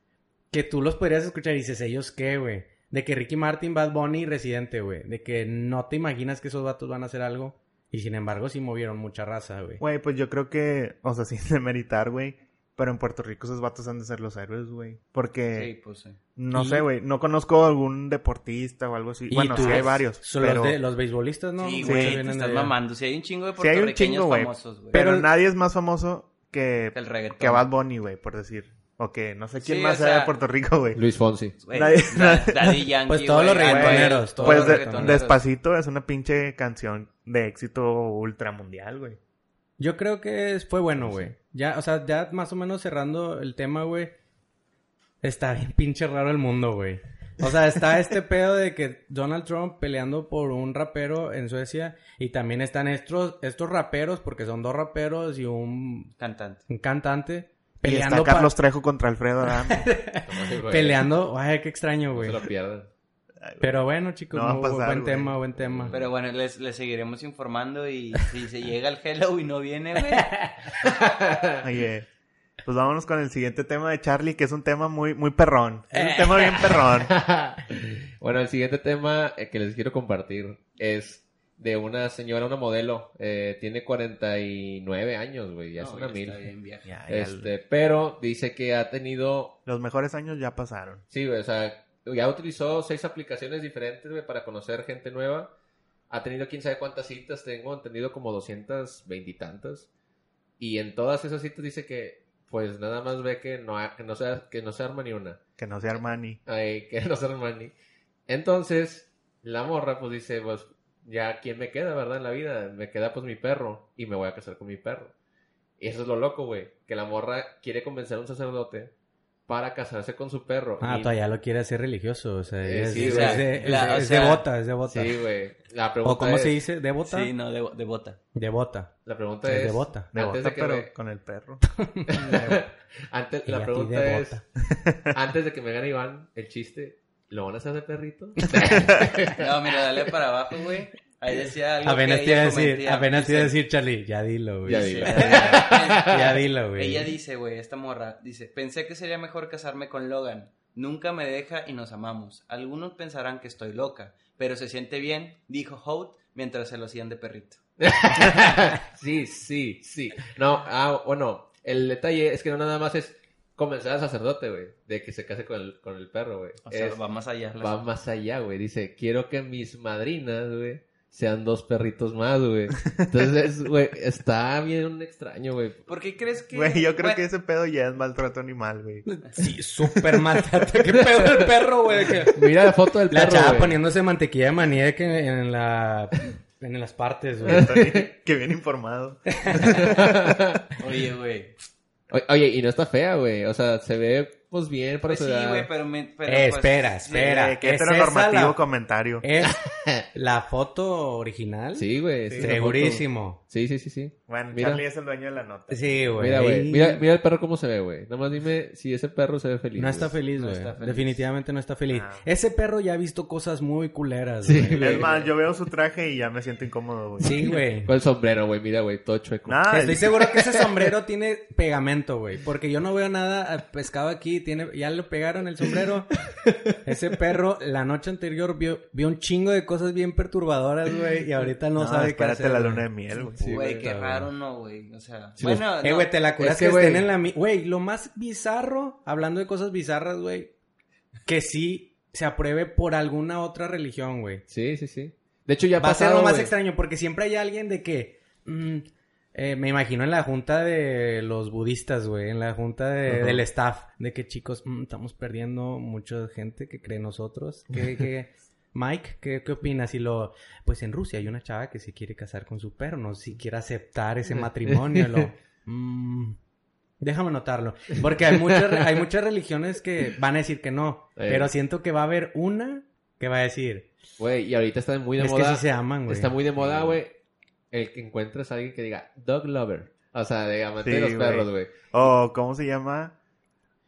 S1: que tú los podrías escuchar y dices, ¿ellos qué, güey? De que Ricky Martin, Bad Bunny y Residente, güey. De que no te imaginas que esos vatos van a hacer algo. Y sin embargo, sí movieron mucha raza, güey.
S4: Güey, pues yo creo que, o sea, sin demeritar, güey, pero en Puerto Rico esos vatos han de ser los héroes, güey.
S3: Sí,
S4: Porque,
S3: pues sí.
S4: no
S1: Y-
S4: sé, güey, no conozco algún deportista o algo así. Bueno,
S1: tú
S4: sí hay
S1: ves,
S4: varios,
S1: son
S4: pero,
S1: Los, de, los beisbolistas, ¿no?
S3: Sí,
S1: Muchos
S3: güey, te
S1: vienen de
S3: estás
S1: allá.
S3: mamando. Si hay un chingo de
S4: Sí, hay un
S3: puertorriqueños
S4: chingo, güey.
S3: famosos, güey.
S4: pero
S1: pero-
S4: nadie es más famoso que,
S3: El reggaetón.
S4: que Bad Bunny, güey, por decir. O que no sé quién
S3: Sí,
S4: más
S3: o
S4: sea de
S3: sea-
S4: Puerto Rico, güey.
S2: Luis Fonsi.
S3: Güey,
S4: Nadie-
S3: Da- Daddy Yankee,
S1: Pues todos
S3: güey,
S1: los reggaetoneros,
S3: Anuel,
S1: todos
S3: los
S4: Pues de-
S3: reggaetoneros.
S4: Despacito es una pinche canción de éxito ultramundial, güey.
S1: Yo creo que es- fue bueno, güey. Ya, o sea, ya más o menos cerrando el tema, güey. Está bien pinche raro el mundo, güey. O sea, está este pedo de que Donald Trump peleando por un rapero en Suecia y también están estos, estos raperos, porque son dos raperos y un,
S3: Cantante.
S1: un cantante
S4: Y
S1: peleando.
S4: está
S1: pa-
S4: Carlos Trejo contra Alfredo Adame.
S2: Ay, güey.
S1: peleando. Ay, qué extraño,
S2: No
S1: güey.
S2: se lo pierdan.
S1: Pero bueno, chicos,
S4: No va a
S1: muy-
S4: pasar,
S1: buen
S4: güey.
S1: tema, buen tema.
S3: Pero bueno, les, les seguiremos informando y si se llega el Hello y no viene, güey.
S4: Oye, pues vámonos con el siguiente tema de Charlie, que es un tema muy, muy perrón. Es
S1: Eh.
S4: un tema bien perrón.
S2: bueno, el siguiente tema eh, que les quiero compartir es de una señora, una modelo. eh, tiene 49 años, güey. Ya es
S3: No,
S2: una mil.
S3: está bien vieja.
S4: Ya, ya,
S2: Este, pero dice que ha tenido.
S4: Los mejores años ya pasaron.
S2: Sí, güey, o sea, ya utilizó seis aplicaciones diferentes, güey, para conocer gente nueva. Ha tenido quién sabe cuántas citas. Tengo entendido como 220 y tantas. Y en todas esas citas dice que, pues nada más ve que no, ha- que no, se, que no se arma ni una.
S4: Que no sea Armani.
S2: Ay, que no se Armani. Entonces, la morra pues dice, pues, ya, ¿quién me queda, verdad, en la vida? Me queda pues mi perro y me voy a casar con mi perro. Y eso es lo loco, güey, que la morra quiere convencer a un sacerdote para casarse con su perro.
S1: Ah,
S2: Y-
S1: todavía lo quiere hacer religioso, o sea,
S2: Eh,
S1: es,
S2: sí,
S1: es-
S2: güey.
S1: es de, es
S3: La-
S1: de-
S3: o
S1: es
S3: sea,
S1: devota, es devota.
S2: Sí, güey. La pregunta
S1: ¿O cómo
S2: es,
S1: se dice? ¿Devota?
S3: Sí, no, de, de bota.
S1: Devota.
S2: La pregunta
S1: Es
S2: es...
S1: devota.
S4: Me
S2: Antes
S4: bota,
S2: de que
S4: pero
S2: me-
S4: con el perro.
S2: Antes,
S1: Ella
S2: la
S1: sí
S2: pregunta es,
S1: devota.
S2: antes de que me gane Iván el chiste, ¿lo van a hacer de perrito?
S3: No, mira, dale para abajo, güey. Ahí decía algo.
S1: Apenas
S3: que
S1: te iba a
S3: ella
S1: decir,
S3: cometía.
S1: apenas te iba a
S3: Dice-
S1: decir, Charlie, ya dilo, güey.
S2: Ya
S1: Ya,
S2: dilo.
S3: dice- ella-
S1: dilo, güey.
S3: Ah, Ella dice, güey, esta morra, dice, pensé que sería mejor casarme con Logan. Nunca me deja y nos amamos. Algunos pensarán que estoy loca, pero se siente bien, dijo Hout mientras se lo hacían de perrito.
S2: sí, sí, sí. No, ah, bueno, el detalle es que no nada más es comenzar al sacerdote, güey, de que se case con el, con el perro, güey.
S3: O sea,
S2: Es-
S3: va más allá. la-
S2: va más allá, güey. Dice, quiero que mis madrinas, güey, sean dos perritos más, güey. Entonces, güey, está bien extraño, güey.
S3: ¿Por qué crees que...?
S4: Güey, yo creo
S3: Bueno,
S4: que ese pedo ya es maltrato animal, güey.
S1: Sí, súper maltrato. ¿Qué pedo el perro, güey? Que-
S2: Mira la foto del
S1: La
S2: perro,
S1: chava
S2: güey.
S1: poniéndose mantequilla de maníaca en, en la... En las partes, güey.
S4: que bien informado.
S3: Oye, güey.
S2: O- Oye, y no está fea, güey. O sea, se ve, pues, bien para
S3: Pues
S2: su
S3: sí,
S2: edad.
S3: güey, pero... me- pero,
S1: Eh,
S3: pues,
S1: espera,
S3: sí.
S1: espera.
S4: Eh, qué
S1: ¿es esa
S4: heteronormativo
S1: la- Eh,
S4: comentario.
S1: ¿Es la foto original?
S2: Sí, güey. sí, la foto.
S1: Segurísimo.
S2: Sí, sí, sí, sí.
S4: Bueno,
S2: Mira.
S4: Charlie es el dueño de la nota.
S1: Sí, güey.
S2: Mira, güey. Mira, mira el perro cómo se ve, güey. Nada más dime si ese perro se ve feliz.
S1: No está
S2: güey.
S1: feliz,
S3: No
S1: güey.
S3: está feliz.
S1: Definitivamente no está feliz.
S4: Ah.
S1: Ese perro ya ha visto cosas muy culeras,
S2: Sí,
S1: güey.
S2: güey.
S4: Es más, yo veo su traje y ya me siento incómodo, güey.
S1: Sí, güey.
S2: Con el sombrero, güey. Mira, güey, todo chueco.
S4: Nada,
S1: Ah, Estoy seguro que ese sombrero tiene pegamento, güey. Porque yo no veo nada eh, pescado aquí. Tiene, ya le pegaron el sombrero. Ese perro la noche anterior vio, vio un chingo de cosas bien perturbadoras, güey. Y ahorita no,
S4: No,
S1: sabe qué
S4: espérate
S1: hacer.
S4: la
S1: güey.
S4: luna de miel, güey.
S1: Sí,
S3: Güey, qué
S1: está,
S3: raro, no, güey. O sea...
S2: Sí,
S3: bueno,
S1: Eh,
S3: no,
S1: güey, te la curas
S2: Es que,
S1: que, estén
S2: güey.
S1: en la... mi- Güey, lo más bizarro, hablando de cosas bizarras, güey, que sí se apruebe por alguna otra religión, güey.
S2: Sí, sí, sí. De hecho, ya
S1: Va a ser lo
S2: pasaron,
S1: más
S2: güey.
S1: extraño, porque siempre hay alguien de que... mm, eh, me imagino en la junta de los budistas, güey, en la junta de-
S2: Ajá.
S1: del staff, de que chicos, mm, estamos perdiendo mucha gente que cree en nosotros. Que, que- Mike, ¿qué, ¿qué opinas? Y lo, pues en Rusia hay una chava que se quiere casar con su perro, no si quiere aceptar ese matrimonio. lo, mm, déjame notarlo, porque hay muchas, hay muchas religiones que van a decir que no,
S2: Eh.
S1: pero siento que va a haber una que va a decir,
S2: Güey, y ahorita está muy de
S1: es
S2: moda.
S1: que sí se aman, güey.
S2: Está muy de moda, güey. El que encuentres a alguien que diga dog lover. O sea, de amante de
S4: Sí,
S2: los
S4: güey.
S2: perros, güey.
S4: O, ¿cómo se llama?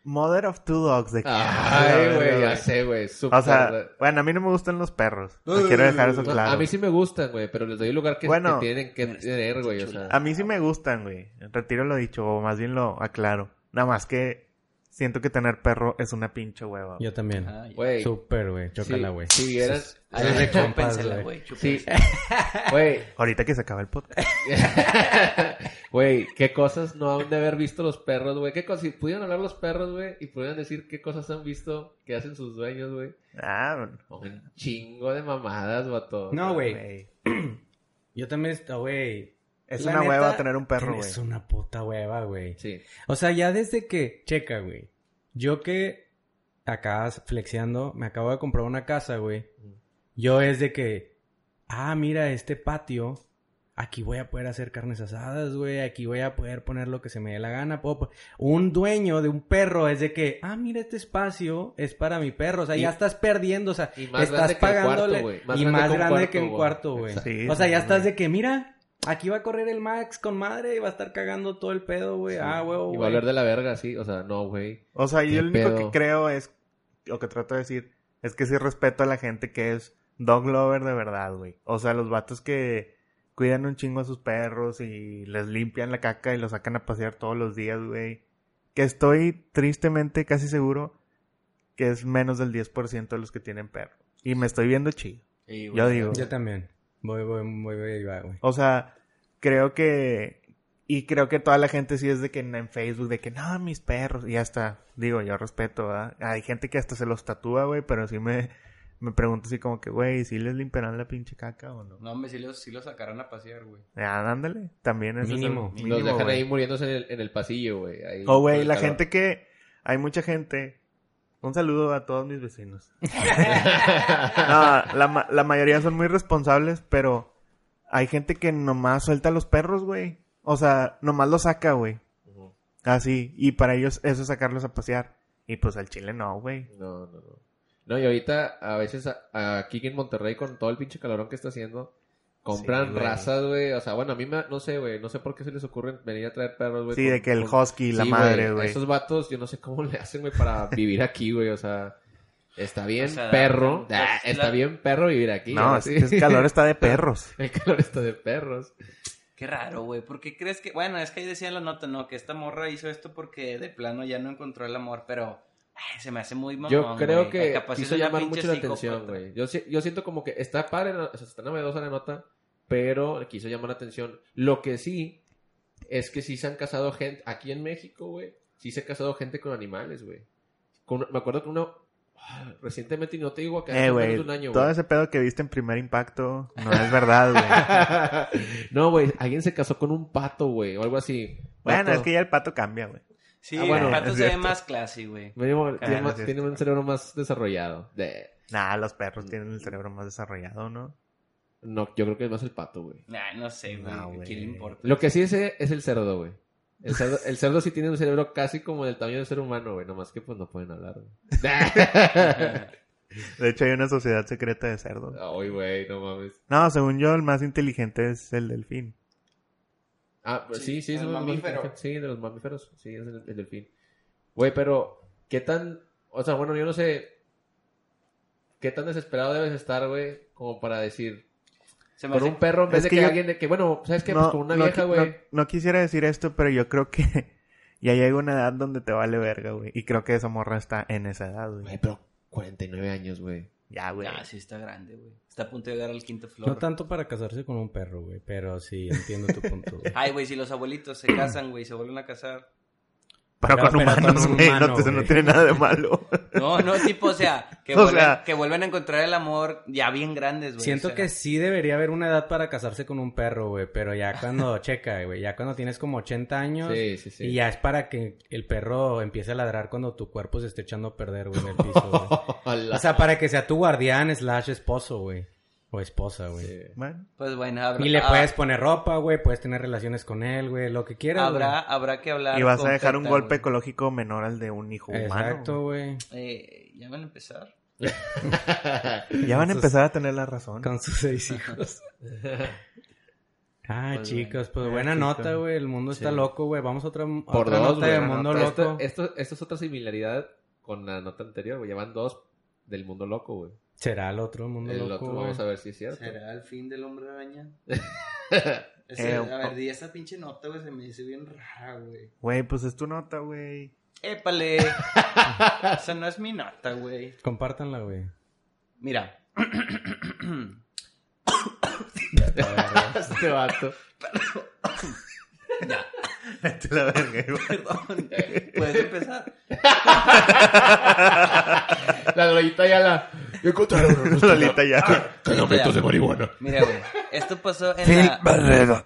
S4: Mother of Two Dogs. De
S1: Ah,
S2: Ay, güey, ya sé, güey. súper-
S4: O sea, bueno, a mí no me gustan los perros. No
S3: Uy,
S4: quiero dejar
S3: uy,
S4: eso
S2: No,
S4: claro.
S2: A mí sí me gustan, güey, pero les doy el lugar que,
S4: Bueno.
S2: que tienen que
S3: Mira,
S2: tener, güey. O sea,
S4: A mí sí me gustan, güey. Retiro lo dicho, o más bien lo aclaro. Nada más que siento que tener perro es una pinche hueva. güey.
S1: Yo también.
S3: Ay,
S2: güey.
S1: Súper, güey.
S2: sí,
S1: Chócala, güey.
S2: Si vieran.
S3: Ah, ay,
S1: Es de compas, güey.
S3: chúpensela, güey.
S2: Sí.
S3: chúpensela.
S2: Güey.
S4: Ahorita que se acaba el podcast.
S2: Güey, qué cosas no han de haber visto los perros, güey. ¿Qué cosas? Si pudieran hablar los perros, güey, y pudieran decir qué cosas han visto que hacen sus dueños, güey. Oh,
S4: Ah, bueno.
S2: Un chingo de mamadas, vato.
S1: No, güey.
S4: güey.
S1: Yo también, está- güey.
S4: Es
S1: La
S4: una
S1: neta,
S4: hueva tener un perro, güey.
S1: Es una puta hueva, güey.
S2: Sí.
S1: O sea, ya desde que, checa, güey. Yo que acá flexiando, me acabo de comprar una casa, güey.
S2: Mm.
S1: Yo es de que, ah, mira este patio. Aquí voy a poder hacer carnes asadas, güey. Aquí voy a poder poner lo que se me dé la gana. Puedo po- Un dueño de un perro es de que, ah, mira este espacio es para mi perro. O sea,
S2: Y-
S1: ya estás perdiendo, o sea,
S2: Y más
S1: estás
S2: grande que un cuarto,
S1: pagándole
S2: güey.
S1: y
S2: grande
S1: más
S2: que un
S1: grande
S2: cuarto,
S1: que un
S2: güey.
S1: cuarto, güey.
S2: Exacto.
S4: Sí,
S1: O sea, ya
S4: no,
S1: estás
S4: güey.
S1: de que, mira, aquí va a correr el Max con madre y va a estar cagando todo el pedo, güey. Ah, huevo,
S2: Y
S1: güey.
S2: va a hablar de la verga, sí. O sea, no, güey.
S4: O sea,
S2: Qué
S4: yo lo único
S2: pedo.
S4: que creo es, o que trato de decir, es que sí respeto a la gente que es dog lover de verdad, güey. O sea, los vatos que cuidan un chingo a sus perros y les limpian la caca y los sacan a pasear todos los días, güey. Que estoy tristemente casi seguro que es menos del 10% de los que tienen perro. Y me estoy viendo chido.
S3: Sí, güey.
S4: Yo digo.
S1: Yo también. Voy, voy, voy, voy, ahí va, güey.
S4: O sea, creo que... Y creo que toda la gente sí es de que en en Facebook, de que no, mis perros, y ya está. Digo, yo respeto, ¿verdad? Hay gente que hasta se los tatúa, güey, pero sí me, me pregunto así como que, güey, ¿sí les limpiarán la pinche caca o no?
S3: No, hombre, sí lo, sí lo sacaron a pasear, güey.
S4: Ah, ándale, también es
S1: Mínimo. Oh,
S4: Eso,
S2: Los dejan
S4: güey.
S2: ahí muriéndose en el, en el pasillo, güey. ahí
S4: O,
S2: con
S4: güey,
S2: el
S4: la
S2: calor.
S4: gente que... Hay mucha gente... Un saludo a todos mis vecinos. No, la, ma- la mayoría son muy responsables, pero hay gente que nomás suelta a los perros, güey. O sea, nomás los saca, güey.
S2: Ujú.
S4: Así, y para ellos eso es sacarlos a pasear. Y pues al chile no, güey.
S2: No, no, no. No, y ahorita a veces a- aquí en Monterrey con todo el pinche calorón que está haciendo, compran
S4: Sí, güey.
S2: razas, güey. O sea, bueno, a mí me- no sé, güey. No sé por qué se les ocurre venir a traer perros, güey.
S4: Sí,
S2: con-
S4: de que el
S2: con-
S4: husky, la
S2: Sí,
S4: madre, güey.
S2: Esos vatos, yo no sé cómo le hacen, güey, para vivir aquí, güey. O sea, está bien
S3: O sea,
S2: perro. Ah,
S3: la-
S2: está
S3: la-
S2: bien perro vivir aquí.
S4: No,
S2: ¿sí?
S4: es que el calor está de perros.
S2: El calor está de perros.
S3: Qué raro, güey. ¿Por qué crees que.? Bueno, es que ahí decía en la nota, ¿no? Que esta morra hizo esto porque de plano ya no encontró el amor, pero. ay, se me hace muy mamón.
S2: Yo creo
S3: güey. Ay,
S2: que
S3: capaz es
S2: quiso
S3: una
S2: llamar
S3: pinche
S2: mucho la
S3: psicópata.
S2: atención, güey. Yo, si- yo siento como que está padre, la- o sea, está novedosa la nota, pero quiso llamar la atención. Lo que sí es que sí se han casado gente, aquí en México, güey, sí se ha casado gente con animales, güey. Con- me acuerdo que uno, ah, recientemente, y no te digo acá,
S4: Eh,
S2: hace menos
S4: güey,
S2: de un año,
S4: todo
S2: güey.
S4: ese pedo que viste en Primer Impacto no es verdad, güey.
S2: no, güey, alguien se casó con un pato, güey, o algo así.
S4: bueno,
S2: Pato.
S4: es que ya el pato cambia, güey.
S3: Sí,
S2: Ah, bueno,
S3: el pato
S4: es
S3: se ve
S4: cierto.
S3: más classy, güey.
S2: Mínimo, tiene,
S4: Ah, no
S2: más-
S4: es cierto.
S2: tiene un cerebro más desarrollado. De-
S4: Nah, los perros tienen el cerebro más desarrollado, ¿no?
S2: No, yo creo que es más el pato, güey.
S3: Nah, no sé, güey.
S4: No,
S3: ¿a
S4: güey.
S3: ¿Quién le importa?
S2: Lo que sí es, eh, es el cerdo, güey. El cerdo, el cerdo sí tiene un cerebro casi como del tamaño del ser humano, güey. Nomás que pues no pueden hablar, güey.
S4: De hecho, hay una sociedad secreta de cerdos.
S2: Ay, güey, no mames.
S4: No, según yo, el más inteligente es el delfín.
S2: Ah, pues sí,
S3: Sí,
S2: sí, es
S3: el
S2: uno de los
S3: mamífero.
S2: mamíferos. Sí, de los mamíferos. Sí, es el, el delfín. Güey, pero, ¿qué tan. O sea, bueno, yo no sé. ¿Qué tan desesperado debes estar, güey? Como para decir.
S3: se me
S2: Con
S3: hace...
S2: un perro en vez
S4: Es
S2: de
S4: que
S2: que,
S4: yo-
S2: alguien. de que, bueno, ¿sabes qué? pues con una
S4: no
S2: vieja,
S4: qui-
S2: güey.
S4: no- no quisiera decir esto, pero yo creo que ya llega una edad donde te vale verga, güey. Y creo que esa morra está en esa edad,
S2: Güey,
S4: güey.
S2: pero 49 años, güey.
S4: Ya, güey.
S3: Nah, sí está grande, güey. Está a punto de llegar al quinto
S1: No
S3: flor.
S1: tanto para casarse con un perro, güey, pero sí, entiendo tu punto. güey.
S2: Ah,
S3: Ay, güey, si los abuelitos se casan, güey, se vuelven a casar.
S4: pero
S1: pero-
S4: con
S1: pero con
S4: humanos,
S1: un
S4: güey.
S1: humano,
S4: no, te- no
S1: güey.
S4: tiene nada de malo.
S3: No, no, tipo, o sea, que,
S4: O
S3: vuelven,
S4: sea-
S3: que vuelven a encontrar el amor ya bien grandes, güey.
S1: Siento que sí debería haber una edad para casarse con un perro, güey, pero ya cuando checa, güey, ya cuando tienes como 80 años
S2: Sí, sí, sí.
S1: y ya es para que el perro empiece a ladrar cuando tu cuerpo se esté echando a perder, güey, en el piso, güey.
S2: Ojalá.
S1: O sea, para que sea tu guardián slash esposo, güey, o esposa, güey.
S2: Sí.
S4: Bueno,
S3: Pues bueno, habrá...
S1: Y le
S3: ah,
S1: puedes poner ropa, güey, puedes tener relaciones con él, güey, lo que quieras.
S3: Habrá, habrá que hablar
S4: y vas
S3: con
S4: a dejar un
S3: Peta,
S4: golpe
S3: güey.
S4: ecológico menor al de un hijo
S1: güey. Exacto,
S4: humano.
S1: güey.
S3: Eh, ya van a empezar.
S4: güey. Ya van a
S1: Sus-
S4: empezar a tener la razón.
S1: Con sus seis hijos. Ah,
S3: Pues
S1: chicos, pues
S4: Eh,
S1: buena
S4: chicos.
S1: nota, güey. El mundo está
S2: Sí.
S1: loco, güey. Vamos a otra, a
S2: Por
S1: otra
S2: dos,
S1: nota
S2: güey,
S1: de
S2: una
S1: mundo
S2: nota.
S1: loco.
S2: Esto, esto, esto es otra similaridad con la nota anterior, güey. Ya van dos del mundo loco, güey.
S1: Será el otro mundo
S2: El
S1: loco.
S2: otro
S1: güey.
S2: vamos a ver si es cierto.
S3: ¿Será el fin del hombre araña?
S4: Eh,
S3: a
S4: o-
S3: ver, di esa pinche nota, güey, se me dice bien rara, güey.
S4: Güey, pues es tu nota, güey.
S3: Épale. Esa no es mi nota, güey.
S1: Compártanla, güey.
S3: Mira.
S2: este vato.
S3: ya,
S4: Vete a la verga, güey.
S3: perdón. Puedes empezar.
S2: La glorita ya la. Yo encontraron
S1: Pues,
S2: unos
S4: Lolita ya.
S1: ah,
S2: kilómetros de marihuana.
S3: Mira, güey. Esto pasó en
S4: Phil
S3: la.
S4: Barredo.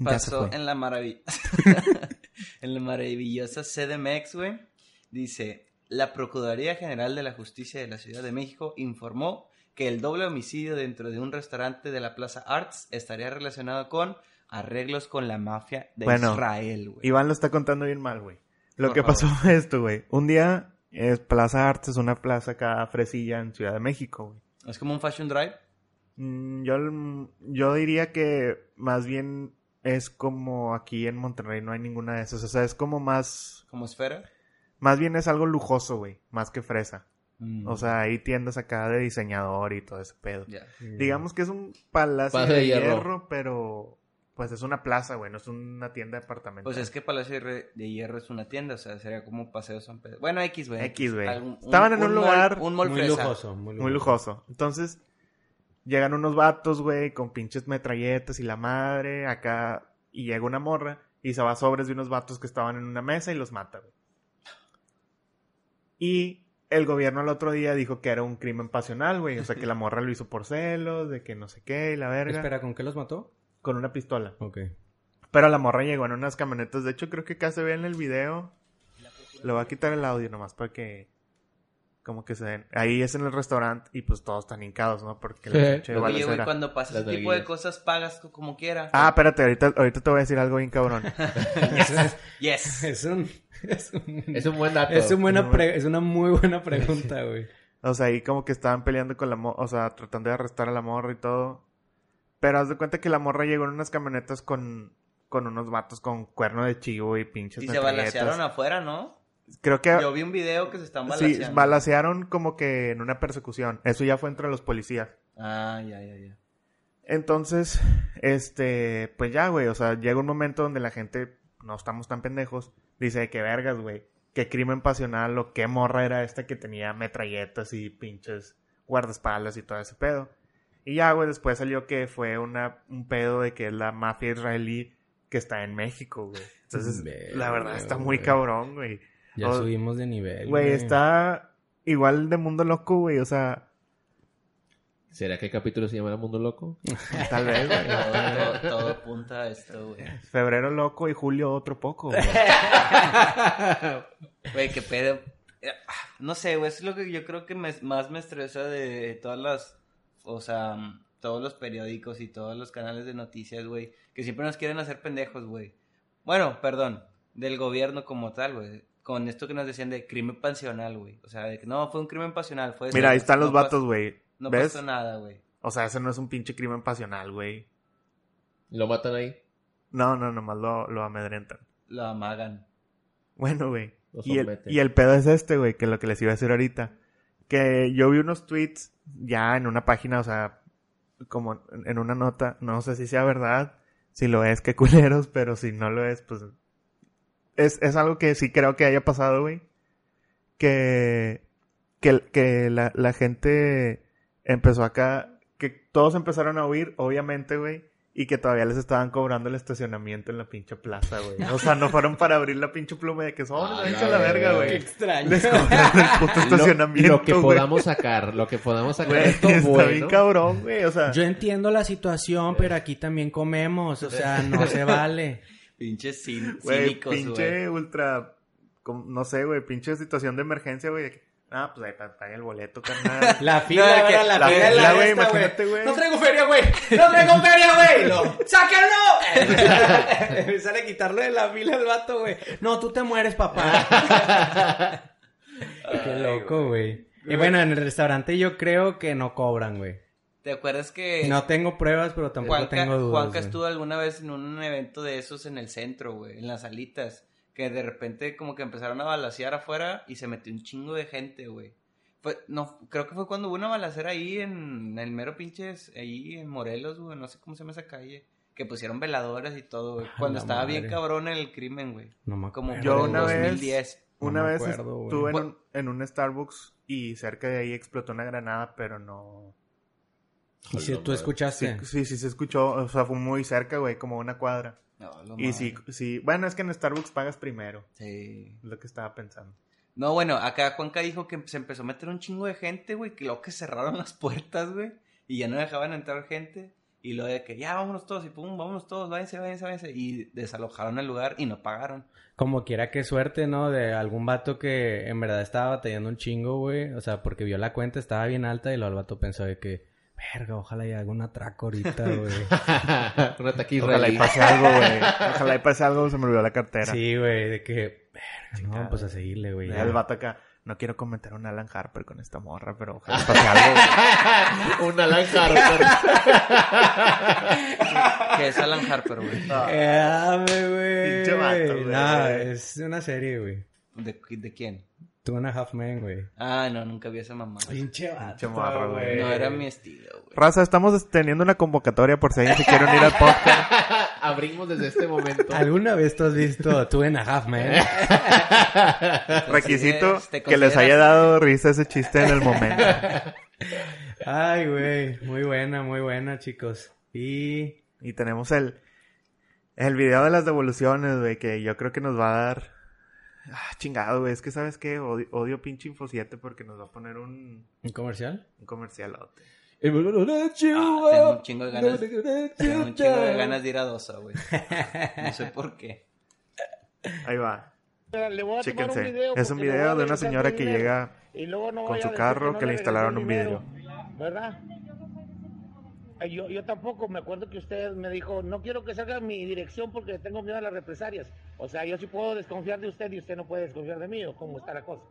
S4: Ya se
S3: pasó
S4: fue.
S3: en la maravillosa en la maravillosa CDMX, güey. Dice, la Procuraduría General de la Justicia de la Ciudad de México informó que el doble homicidio dentro de un restaurante de la Plaza Arts estaría relacionado con arreglos con la mafia de
S4: Bueno,
S3: Israel, güey.
S4: Iván lo está contando bien mal, güey. Lo
S3: Por
S4: que
S3: favor.
S4: pasó fue esto, güey. Un día, es Plaza Artes es una plaza acá fresilla en Ciudad de México, güey.
S3: Es como un fashion drive.
S4: Mm, Yo, mm, yo diría que más bien es como aquí en Monterrey no hay ninguna de esas. O sea, es como más...
S3: Como esfera.
S4: Más bien es algo lujoso, güey. Más que fresa.
S3: Mm,
S4: O sea, hay tiendas acá de diseñador y todo ese pedo.
S3: ya.
S4: Digamos que es un palacio
S2: Palacio
S4: de
S2: de hierro.
S4: hierro. pero... Pues es una plaza, güey. No es una tienda departamental.
S3: Pues es que Palacio de Hierro- de Hierro es una tienda, o sea, sería como Paseo San Pedro. Bueno, X, güey.
S4: X, güey.
S3: Algún-
S4: Estaban en un
S3: mall-
S4: lugar
S3: un mall
S1: muy
S3: fresa.
S1: lujoso, muy lujoso.
S4: Muy lujoso. Entonces, llegan unos vatos, güey, con pinches metralletas y la madre, acá, y llega una morra y se va sobres de unos vatos que estaban en una mesa y los mata, güey. Y el gobierno al otro día dijo que era un crimen pasional, güey, o sea, que la morra lo hizo por celos, de que no sé qué, y la verga,
S1: Espera, ¿con qué los mató?
S4: con una pistola.
S1: Ok.
S4: Pero la morra llegó en unas camionetas, de hecho creo que acá se ve en el video. Le voy a quitar el audio nomás para que como que se den. Ahí es en el restaurante y pues todos están hincados, ¿no? Porque la
S2: Sí.
S4: pinche
S2: Oye,
S3: Oye, güey,
S4: balacera.
S3: cuando pasa
S2: Las
S3: ese tipo de
S2: verguillas.
S3: cosas, pagas co- como quiera.
S4: Ah, espérate, ahorita, ahorita te voy a decir algo bien cabrón.
S1: es,
S3: yes.
S1: es un... Es un...
S2: Es un buen dato.
S1: es un buena
S4: Muy bueno.
S1: pre- es una muy buena pregunta, güey.
S4: O sea, ahí como que estaban peleando con la morra, o sea, tratando de arrestar a la morra y todo. Pero haz de cuenta que la morra llegó en unas camionetas con, con unos vatos con cuerno de chivo y pinches
S3: Y se balacearon afuera, ¿no?
S4: Creo que
S3: Yo vi un video que se están
S4: Eh, sí,
S3: balaceando.
S4: balacearon como que en una persecución. Eso ya fue entre los policías.
S3: Ah, ya, ya, ya.
S4: Entonces, este, pues ya, güey, o sea, llega un momento donde la gente, no estamos tan pendejos, dice, qué vergas, güey, qué crimen pasional o qué morra era esta que tenía metralletas y pinches guardaespaldas y todo ese pedo. Y ya, güey, después salió que fue una, un pedo de que es la mafia israelí que está en México, güey. Entonces,
S1: Verga,
S4: la verdad está muy
S1: güey.
S4: cabrón, güey.
S1: Ya
S4: Oh,
S1: subimos de nivel.
S4: Güey, está igual de mundo loco, güey. O sea,
S2: ¿Será que el capítulo se llamará Mundo Loco?
S4: tal vez, güey.
S3: Todo, todo apunta a esto, güey.
S4: Febrero loco y julio otro poco, güey.
S3: Güey, qué pedo. Eh, ah, No sé, güey, es lo que yo creo que me- más me estresa de todas las, o sea, mm, todos los periódicos y todos los canales de noticias, güey, que siempre nos quieren hacer pendejos, güey. Bueno, perdón, del gobierno como tal, güey. Con esto que nos decían de crimen pasional, güey. O sea, de que no, fue un crimen pasional. Fue
S4: Mira, ahí
S3: eso,
S4: están
S3: Pues no
S4: los
S3: pas-
S4: vatos, güey.
S3: No
S4: ¿Ves?
S3: pasó nada, güey.
S4: O sea, ese no es un pinche crimen pasional, güey.
S2: ¿Lo matan ahí?
S4: No, no, nomás lo, lo amedrentan.
S3: Lo amagan.
S4: Bueno, güey.
S2: Lo
S4: Y el,
S2: someten.
S4: y el pedo es este, güey, que lo que les iba a decir ahorita. Que yo vi unos tweets ya en una página, o sea, como en una nota. No sé si sea verdad. Si lo es, qué culeros, pero si no lo es, pues. Es, es algo que sí creo que haya pasado, güey. Que. Que, que la, la gente empezó acá. Que todos empezaron a huir, obviamente, güey. Y que todavía les estaban cobrando el estacionamiento en la pinche plaza, güey. O sea, no fueron para abrir la pinche pluma de que son,
S2: Ah,
S4: venga
S2: la
S4: la verga,
S2: verga,
S1: Qué
S4: güey.
S1: extraño.
S4: Les cobraron el puto estacionamiento.
S2: Lo que
S4: güey.
S2: podamos sacar, lo que podamos sacar.
S4: Güey,
S2: esto
S4: está
S2: bueno.
S4: bien cabrón, güey. O sea,
S1: Yo entiendo la situación, pero aquí también comemos. O sea, no se vale.
S3: Pinches cín-
S4: güey,
S3: cínicos, güey.
S4: pinche ultra. com- No sé, güey, pinche situación de emergencia, güey. de que, Ah, pues ahí pa- paga el boleto, carnal.
S1: La fila,
S3: No, de que-
S1: ahora la,
S4: la
S1: fila de
S4: fila,
S1: la
S4: güey,
S1: esta, güey.
S4: imagínate, güey.
S1: No traigo feria, güey. No traigo feria, güey. Lo- ¡Sáquenlo! Sale a quitarlo de la fila al vato, güey. No, tú te mueres, papá. Qué loco, güey. Y bueno, en el restaurante yo creo que no cobran, güey.
S3: ¿Te acuerdas que
S1: No tengo pruebas, pero tampoco
S3: Juanca,
S1: tengo dudas.
S3: Juanca
S1: güey.
S3: estuvo alguna vez en un evento de esos en el centro, güey, en las alitas, que de repente como que empezaron a balasear afuera y se metió un chingo de gente, güey. Fue- no, creo que fue cuando hubo una balacera ahí en el mero pinches, ahí en Morelos, güey, no sé cómo se llama esa calle, que pusieron veladoras y todo, güey,
S1: Ah,
S3: cuando
S1: la
S3: estaba bien
S1: madre.
S3: cabrón el crimen, güey.
S1: No me
S3: Como
S1: acuerdo.
S4: Yo
S3: por el
S4: una vez-
S3: 2010.
S1: No
S4: Una
S1: me
S4: vez
S1: acuerdo, güey.
S4: estuve en un, en un Starbucks y cerca de ahí explotó una granada, pero no.
S1: Y si tú
S4: Sí,
S1: escuchaste.
S4: sí, sí se escuchó. O sea, fue muy cerca, güey, como una cuadra.
S3: No, lo
S4: Y
S3: madre.
S4: sí, sí. Bueno, es que en Starbucks pagas primero.
S3: Sí.
S4: Es lo que estaba pensando.
S3: No, bueno, acá Juanca dijo que se empezó a meter un chingo de gente, güey, que luego que cerraron las puertas, güey, y ya no dejaban entrar gente, y lo de que ya vámonos todos, y pum, vámonos todos, váyanse, váyanse, váyanse, y desalojaron el lugar y no pagaron.
S1: Como quiera, qué suerte, ¿no? De algún vato que en verdad estaba batallando un chingo, güey. O sea, porque vio la cuenta, estaba bien alta y luego el vato pensó de que, verga, ojalá haya algún atraco ahorita, güey.
S2: Un ataque
S4: Ojalá y
S2: israelí.
S4: pase algo, güey. Ojalá y pase algo, se me olvidó la cartera.
S1: sí, güey, de que, verga,
S4: Chingado.
S1: no, pues a seguirle, güey.
S4: Ya el vato acá, no quiero comentar un Alan Harper con esta morra, pero ojalá pase algo. güey".
S2: Una lanza.
S3: Que es Alan Harper, güey.
S1: Eh, dame, güey.
S4: Pinche vato, güey.
S1: Nah, es una serie, güey.
S3: ¿De, de quién?
S1: Tú and a Half Men, güey.
S3: Ah, no, nunca vi a esa mamá.
S1: Pinche vato,
S4: Pinche morra, güey.
S3: No era mi estilo, güey.
S4: Raza, estamos teniendo una convocatoria por si alguien se quiere unir al podcast.
S2: Abrimos desde este momento.
S1: ¿Alguna vez tú has visto Two and a Half Men?
S4: Pues Requisito
S3: ¿Te consideras-
S4: que les haya dado risa ese chiste en el momento.
S1: Ay, güey. Muy buena, muy buena, chicos. Y...
S4: Y tenemos el, el video de las devoluciones, güey, que yo creo que nos va a dar... Ah, chingado, güey. Es que, ¿sabes qué? Odio, odio pinche Info 7 porque nos va a poner un,
S1: ¿Un comercial?
S4: un comercialote.
S3: Ah, tengo un chingo de ganas. Tengo un chingo de ganas de ir a Dosa, güey. No sé por qué.
S4: Ahí va.
S5: Le voy a tomar
S4: Chéquense.
S5: un video
S4: es un
S5: porque le voy
S4: video
S5: a
S4: de una
S5: regresar
S4: señora
S5: mi
S4: que
S5: dinero.
S4: llega...
S5: Y luego no
S4: con
S5: vaya
S4: su
S5: a decir
S4: carro que le
S5: regresé
S4: instalaron
S5: mi
S4: un
S5: dinero, ¿Verdad? Eh, Yo, yo tampoco, me acuerdo que usted me dijo, no quiero que salga mi dirección porque tengo miedo a las represalias. O sea, yo sí puedo desconfiar de usted y usted no puede desconfiar de mí, o cómo está la cosa.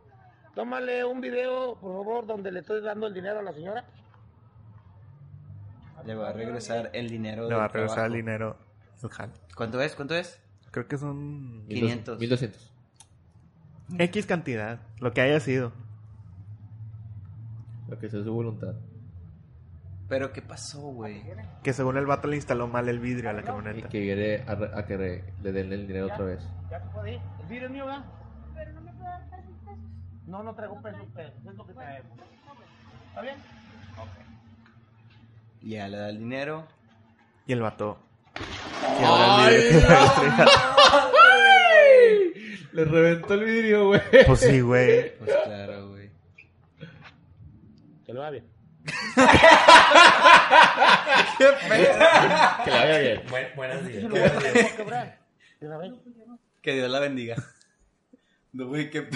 S5: Tómale un video, por favor, donde le estoy dando el dinero a la señora.
S3: Le va a regresar el dinero.
S4: Le
S3: del
S4: va a regresar el
S3: trabajo.
S4: dinero. El jale.
S3: ¿Cuánto es? ¿Cuánto es?
S4: Creo que son
S3: 500.
S2: 1200.
S4: X cantidad, lo que haya sido.
S2: Lo que sea su voluntad.
S3: Pero ¿qué pasó, güey?
S4: Que según el vato le instaló mal el vidrio a la camioneta.
S2: Y que viene a, re- a que re- le den el dinero otra vez.
S5: ¿Ya se puede ir? ¿El vidrio es mío, verdad? No, no traigo pesos, pesos, es lo que traemos. ¿Está bien? Ok.
S3: Ya, le da el dinero.
S4: Y el vato.
S1: Le reventó el vidrio, güey.
S4: Pues sí, güey.
S3: Pues claro, güey.
S5: Que lo va bien.
S2: Que la vaya bien.
S1: buenas días.
S5: Vamos a quebrar. De una vez.
S3: Que Dios la bendiga. No, güey, qué pe-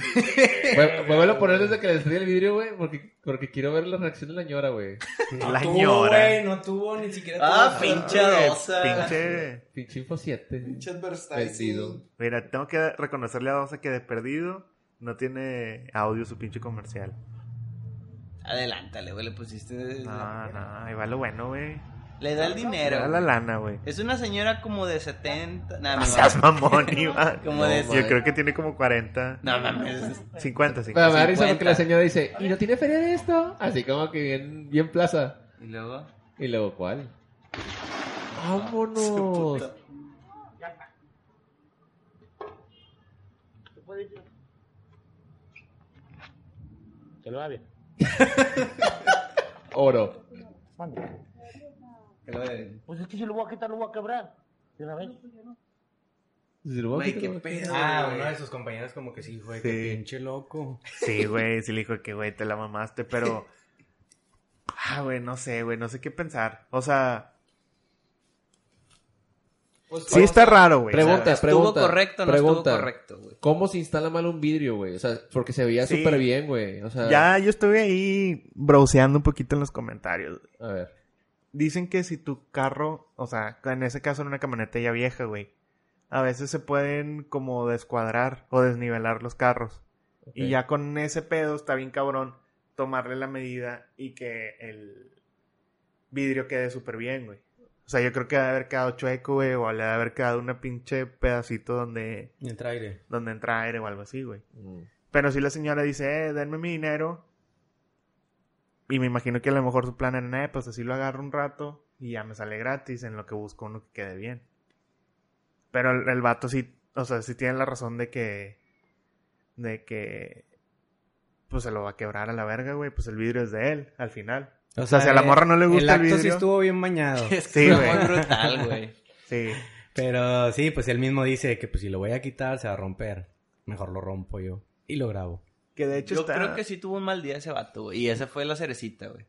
S2: Vuel- Vuelvo a poner desde que le destruye el vidrio, güey, porque, porque quiero ver la reacción de la ñora, güey.
S4: La señora.
S1: No tuvo ni siquiera.
S3: Ah,
S1: tuvo-
S3: pinche dosa.
S4: Pinche.
S2: Pinche Info 7.
S3: Pinche adversario.
S2: Vencido.
S4: Mira, tengo que reconocerle a Dosa que de perdido no tiene audio su pinche comercial.
S3: Adelántale, güey, le pusiste. Ah.
S4: No, no, ahí va lo bueno, güey.
S3: Le da el
S4: Pero
S3: dinero.
S4: da la
S3: güey.
S4: lana, güey.
S3: Es una señora como de 70. Nah,
S4: No
S3: mi
S4: seas
S3: mamá.
S4: mamón, Iván.
S3: Como de.
S4: Yo creo que tiene como 40.
S3: No mames.
S4: 50,
S2: Pero me
S4: 50.
S2: da risa porque
S3: 50.
S2: la señora dice, ¿y no tiene feria de esto? Así como que bien, bien plaza.
S3: Y luego.
S2: Y luego, ¿cuál?
S3: Su
S2: ¡Vámonos!
S3: puta-
S5: Que lo va bien.
S2: Oro.
S5: Mande.
S3: que lo de-
S5: Pues es que si lo voy a quitar, lo voy a quebrar. De una vez.
S3: Güey, qué pedo.
S1: Ah,
S3: güey.
S1: uno de sus compañeros como que sí, güey,
S4: Sí.
S1: qué pinche loco.
S4: Sí, güey, sí le dijo que, güey, te la mamaste, pero... Ah, güey, no sé, güey, no sé qué pensar. O sea,
S1: Pues
S4: sí está raro, güey.
S2: Pregunta,
S4: O sea,
S2: pregunta.
S3: ¿Estuvo correcto o no
S2: pregunta.
S3: estuvo correcto, güey?
S2: ¿Cómo se instala mal un vidrio, güey? O sea, porque se veía
S4: Sí.
S2: súper bien, güey. O sea,
S4: ya yo estuve ahí browseando un poquito en los comentarios.
S2: a ver.
S4: Dicen que si tu carro, o sea, en ese caso en una camioneta ya vieja, güey, a veces se pueden como descuadrar o desnivelar los carros. Y
S2: Ok.
S4: ya con ese pedo está bien cabrón tomarle la medida y que el vidrio quede súper bien, güey. O sea, yo creo que debe haber quedado chueco, güey, o le debe haber quedado una pinche pedacito donde,
S1: Entra aire.
S4: donde entra aire o algo así, güey.
S2: Mm.
S4: Pero si la señora dice, eh, denme mi dinero. Y me imagino que a lo mejor su plan era, eh, pues así lo agarro un rato y ya me sale gratis en lo que busco uno que quede bien. Pero el, el vato sí, o sea, sí tiene la razón de que, de que, pues se lo va a quebrar a la verga, güey, pues el vidrio es de él, al final.
S1: O
S4: sea, si a la morra no le gusta el
S1: acto sí
S4: vidrio.
S1: estuvo bien mañado.
S3: Es
S4: Sí,
S3: que fue
S4: güey.
S3: muy brutal, güey.
S4: Sí,
S1: Pero sí, pues él mismo dice que pues si lo voy a quitar se va a romper. Mejor lo rompo yo. Y lo grabo.
S4: que de hecho
S3: Yo
S4: está...
S3: creo que sí tuvo un mal día ese vato, güey. Y esa fue la cerecita, güey.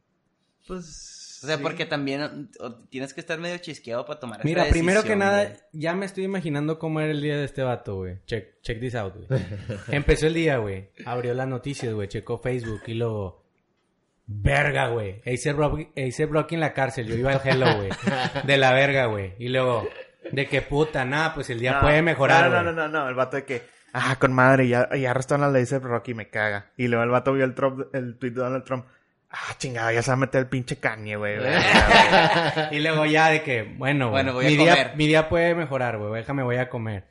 S4: pues...
S3: O sea,
S4: sí.
S3: porque también o- tienes que estar medio chisqueado para tomar
S1: Mira,
S3: esa
S1: primero que
S3: decisión,
S1: nada,
S3: güey.
S1: ya me estoy imaginando cómo era el día de este vato, güey. Check, check this out, güey. Empezó el día, güey. Abrió las noticias, güey. Checó Facebook y luego... Verga, güey. A$AP Rocky- A$AP Rocky en la cárcel. Yo iba al hello, güey. De la verga, güey. Y luego... De que puta, nada, pues el día
S4: No,
S1: puede mejorar, güey.
S4: No, no, no, no, no, el vato de que, ah, con madre, ya, ya arrestaron las leyes de Rocky, me caga. Y luego el vato vio el, Trump, el tweet de Donald Trump, ah, chingada, ya se va a meter el pinche Kanye, güey. güey".
S1: Y luego ya de que, bueno, güey,
S3: Bueno, voy a
S1: mi,
S3: comer.
S1: Día, mi día puede mejorar, güey, déjame, voy a comer.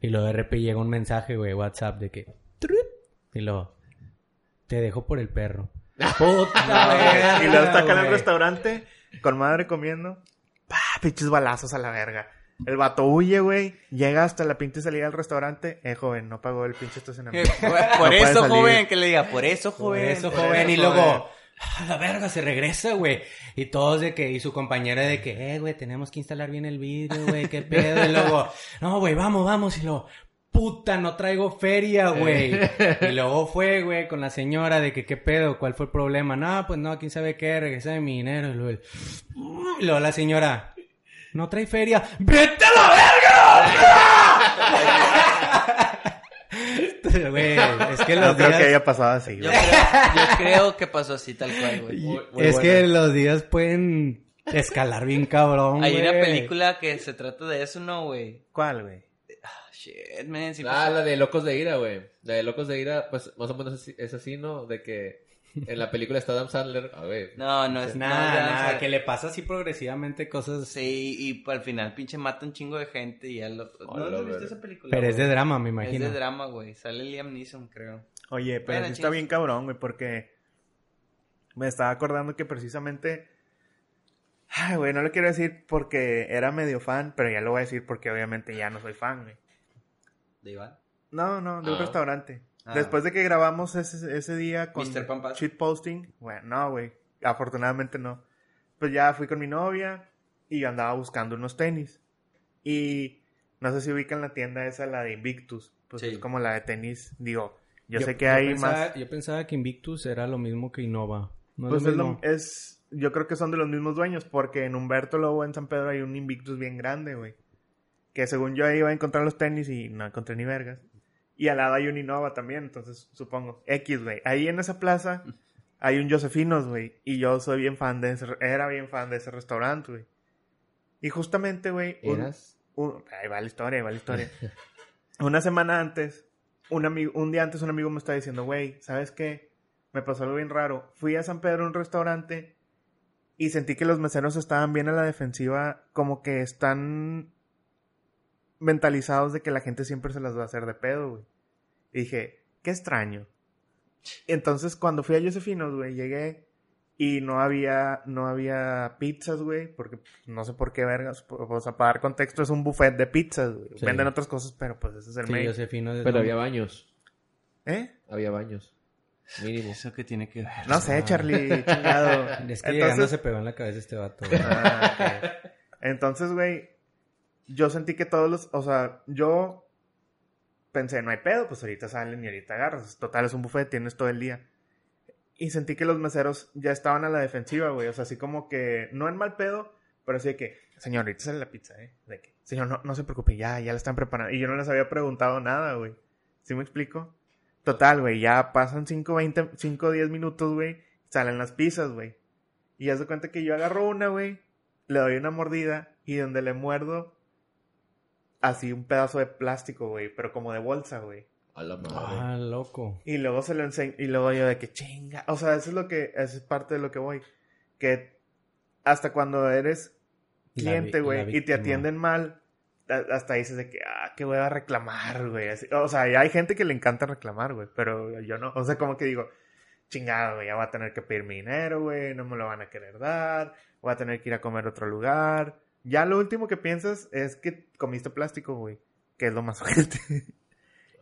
S1: Y luego de repente llega un mensaje, güey, WhatsApp de que... truip, Y luego, te dejo por el perro. ¡Puta
S4: y luego está acá en el
S1: güey.
S4: restaurante, con madre comiendo, pa, pinches balazos a la verga. El vato huye, güey, llega hasta la pinche salida del restaurante, eh, joven, no pagó el
S3: Por,
S4: pinche estacionamiento.
S3: por
S4: puede
S3: eso,
S4: salir.
S3: joven, que le diga, por eso,
S1: Por
S3: joven.
S1: eso,
S3: por
S1: joven. Y
S3: eso,
S1: luego, a la verga, se regresa, güey. Y todos de que, y su compañera de que, eh, güey, tenemos que instalar bien el vidrio, güey, qué pedo. Y luego, no, güey, vamos, vamos. Y luego, puta, no traigo feria, güey. Y luego fue, güey, con la señora de que, qué pedo, cuál fue el problema. No, pues no, quién sabe qué, regresé de mi dinero. Y luego, el- y luego la señora, no trae feria. ¡Vete a la verga! Güey, es que los
S4: no creo
S1: días-
S4: que haya pasado así,
S3: Yo
S4: güey.
S3: creo, yo creo que pasó así, tal cual, güey.
S1: es que los días pueden escalar bien cabrón.
S3: Hay una
S1: güey.
S3: película que se trata de eso, ¿no, güey?
S4: ¿Cuál, güey?
S3: Ah, Shit, man. sí
S2: Ah,
S1: pues.
S3: pasó.
S2: la de Locos de Ira, güey. La de Locos de Ira, pues más o menos es- es así, ¿no? De que en la película está Adam Sandler. A ver.
S3: No, no es
S1: Nada,
S3: no, ya,
S1: nada,
S3: o sea,
S1: que le pasa así progresivamente cosas.
S3: Sí, y al final pinche mata un chingo de gente y ya lo...
S2: Hola,
S3: ¿No has
S2: güey.
S3: visto esa película?
S1: Pero es de
S3: güey?
S1: drama, me
S3: Es
S1: imagino.
S3: de drama, güey. Sale Liam Neeson, creo.
S4: Oye, pero
S3: Bueno,
S4: sí está
S3: chicos.
S4: bien cabrón, güey, porque me estaba acordando que precisamente. Ay, güey, no lo quiero decir porque era medio fan, pero ya lo voy a decir porque obviamente ya no soy fan, güey.
S3: ¿De Iván?
S4: No, no, de un
S2: Ah.
S4: restaurante.
S3: Ah.
S4: Después de que grabamos ese, ese día con
S3: Mr. Pampas.
S4: shitposting, bueno, no, güey, afortunadamente no. pues ya fui con mi novia y yo andaba buscando unos tenis. Y no sé si ubican la tienda esa, la de Invictus. Pues
S3: Sí.
S4: es como la de tenis. Digo, yo, sé que hay
S1: pensaba-
S4: más.
S1: Yo pensaba que Invictus era lo mismo que Innova. No
S4: Pues
S1: es lo
S4: es lo-
S1: mismo.
S4: es- yo creo que son de los mismos dueños, porque en Humberto Lobo en San Pedro hay un Invictus bien grande, güey. Que según yo ahí iba a encontrar los tenis y no encontré ni vergas. Y al lado hay un Innova también, entonces supongo. X, güey. Ahí en esa plaza hay un Josefinos, güey. Y yo soy bien fan de ese, era bien fan de ese restaurante, güey. Y justamente, güey. un-
S2: ¿Eras?
S4: un- ahí va la historia, ahí va la historia. una semana antes, un, amigo, un día antes un amigo me estaba diciendo, güey, ¿sabes qué? Me pasó algo bien raro. Fui a San Pedro a un restaurante y sentí que los meseros estaban bien a la defensiva, como que están mentalizados de que la gente siempre se las va a hacer de pedo, güey. Y dije, qué extraño. Entonces, cuando fui a Josefino's, güey, llegué y no había, no había pizzas, güey, porque no sé por qué vergas, o sea, para dar contexto, es un buffet de pizzas, güey.
S1: Sí.
S4: Venden otras cosas, pero pues ese es el
S1: Sí,
S4: main.
S1: Josefino es-
S2: Pero había baños.
S4: ¿Eh?
S2: Había baños. Mínimo.
S3: ¿Eso que tiene que ver?
S4: No sé, Charlie, chingado.
S1: Es que llegando se
S4: Entonces,
S1: pegó en la cabeza este vato. güey.
S4: Ah, ok. Entonces, güey, yo sentí que todos los, o sea, yo pensé, no hay pedo, pues ahorita salen y ahorita agarras. Total, es un buffet, tienes todo el día. Y sentí que los meseros ya estaban a la defensiva, güey. O sea, así como que, no en mal pedo, pero así de que, señor, ahorita sale la pizza, ¿eh? De que, señor, no, no se preocupe, ya, ya la están preparando. Y yo no les había preguntado nada, güey. ¿Sí me explico? Total, güey, ya pasan 5, 20, 5, 10 minutos, güey. Salen las pizzas, güey. Y haz de cuenta que yo agarro una, güey. Le doy una mordida y donde le muerdo, así un pedazo de plástico, güey. Pero como de bolsa, güey.
S2: A la madre.
S1: Ah, loco.
S4: Y luego se lo enseño. Y luego yo de que chinga. O sea, eso es lo que. Eso es parte de lo que voy. Que hasta cuando eres
S1: La vi-
S4: cliente,
S1: la
S4: güey, y te
S1: víctima.
S4: atienden mal, a- hasta dices de que, ah, que voy a reclamar, güey. así. O sea, y hay gente que le encanta reclamar, güey, pero yo no. O sea, como que digo, chingado, güey, ya voy a tener que pedir mi dinero, güey, no me lo van a querer dar, voy a tener que ir a comer a otro lugar. Ya lo último que piensas es que comiste plástico, güey, que es lo más urgente.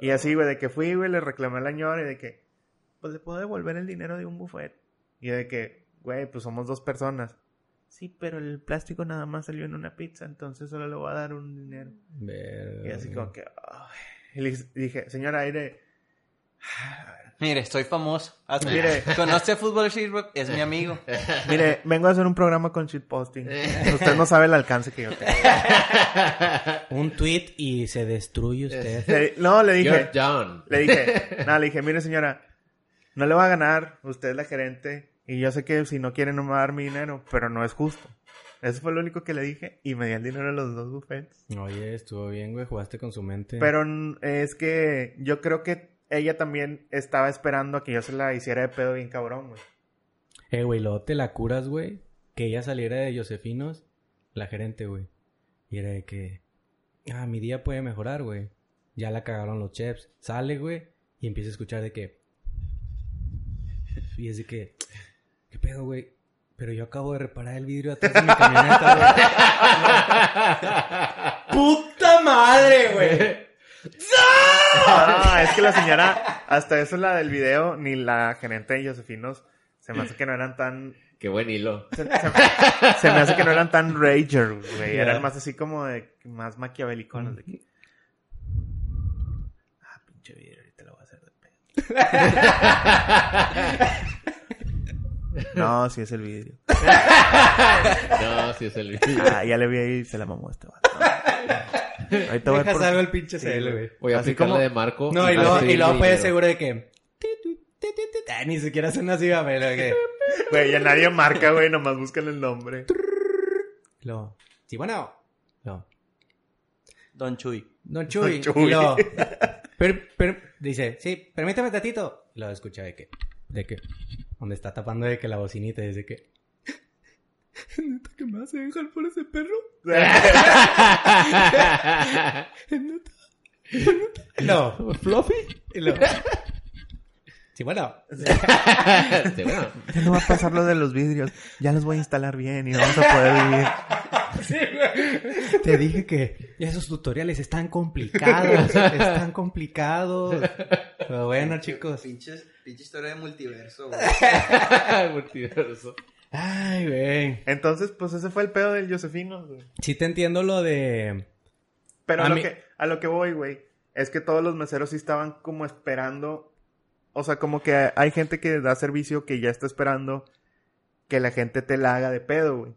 S4: y así, güey, de que fui, güey, le reclamé al señor y de que, pues le puedo devolver el dinero de un buffet. Y de que, güey, pues somos dos personas. Sí, pero el plástico nada más salió en una pizza, entonces solo le voy a dar un dinero.
S1: Verga.
S4: Y así como que... ay. Y le dije, señora Aire,
S3: Mire, estoy famoso. Hazme-
S4: Mire.
S3: Conoce a Fútbol Sheerbrook, es mi amigo.
S4: mire, vengo a hacer un programa con shitposting. Usted no sabe el alcance que yo tengo.
S1: Un tweet y se destruye usted.
S4: Le- no, le
S2: You're
S4: dije,
S2: done.
S4: le dije, no, le dije, mire señora, no le va a ganar, usted es la gerente y yo sé que si no quiere no me va a dar mi dinero, pero no es justo. Eso fue lo único que le dije y me dio el dinero de los dos buffets.
S1: Oye, estuvo bien, güey. Jugaste con su mente.
S4: Pero n- es que yo creo que ella también estaba esperando a que yo se la hiciera de pedo bien cabrón, güey.
S1: Eh, güey, luego te la curas, güey. Que ella saliera de Josefinos, la gerente, güey. Y era de que, ah, mi día puede mejorar, güey. Ya la cagaron los chefs. Sale, güey, y empieza a escuchar de que. Y es de que, ¿qué pedo, güey? Pero yo acabo de reparar el vidrio atrás de mi camioneta, güey. ¡Puta madre, güey!
S4: No, Ah, es que la señora, hasta eso la del video, ni la gerente de Josefinos, se me hace que no eran tan...
S2: Qué buen hilo.
S4: Se, se- se me hace que no eran tan rager, güey. Eran más así como de... Más maquiaveliconos. de que, Ah, pinche vidrio, ahorita lo voy a hacer de pedo. No, sí es el vidrio.
S2: No, sí es el hilo.
S4: Ah, ya le vi ahí y se la mamó este vato. No. Ahorita voy
S1: Deja
S4: por-
S1: salgo el pinche
S4: Sí,
S1: CL,
S4: güey.
S1: güey.
S2: Voy a
S4: Así
S2: aplicar la
S4: como-
S2: de Marco.
S1: No, y luego,
S2: así
S1: y luego
S2: mi
S1: fue
S2: dinero.
S1: seguro de que. Ah, Ni siquiera hacen así, güey. pero que-
S4: Güey, ya nadie marca, güey, nomás buscan el nombre.
S1: Lo. Sí, bueno. Lo.
S3: Don Chuy.
S1: Don Chuy.
S4: Don Chuy.
S1: Lo. Per- per- dice, sí, permítame tatito. Y lo escucha de que. De que. Donde está tapando de que la bocinita dice que. ¿Neta que me vas a dejar por ese perro? ¿Neta? ¿Neta? No. ¿Fluffy? Y lo. Sí, bueno.
S2: Sí, bueno.
S4: Ya no va a pasar lo de los vidrios. Ya los voy a instalar bien y vamos a poder vivir.
S1: Te dije que esos tutoriales están complicados. Están complicados. Pero bueno, chicos.
S3: Pinche, pinche historia de multiverso, güey.
S2: Multiverso.
S1: Ay, güey.
S4: Entonces, pues ese fue el pedo del Josefino, güey.
S1: Sí te entiendo lo de...
S4: Pero
S1: A
S4: a, lo
S1: mí-
S4: que, a lo que voy, güey, es que todos los meseros sí estaban como esperando. O sea, como que hay gente que da servicio que ya está esperando que la gente te la haga de pedo, güey.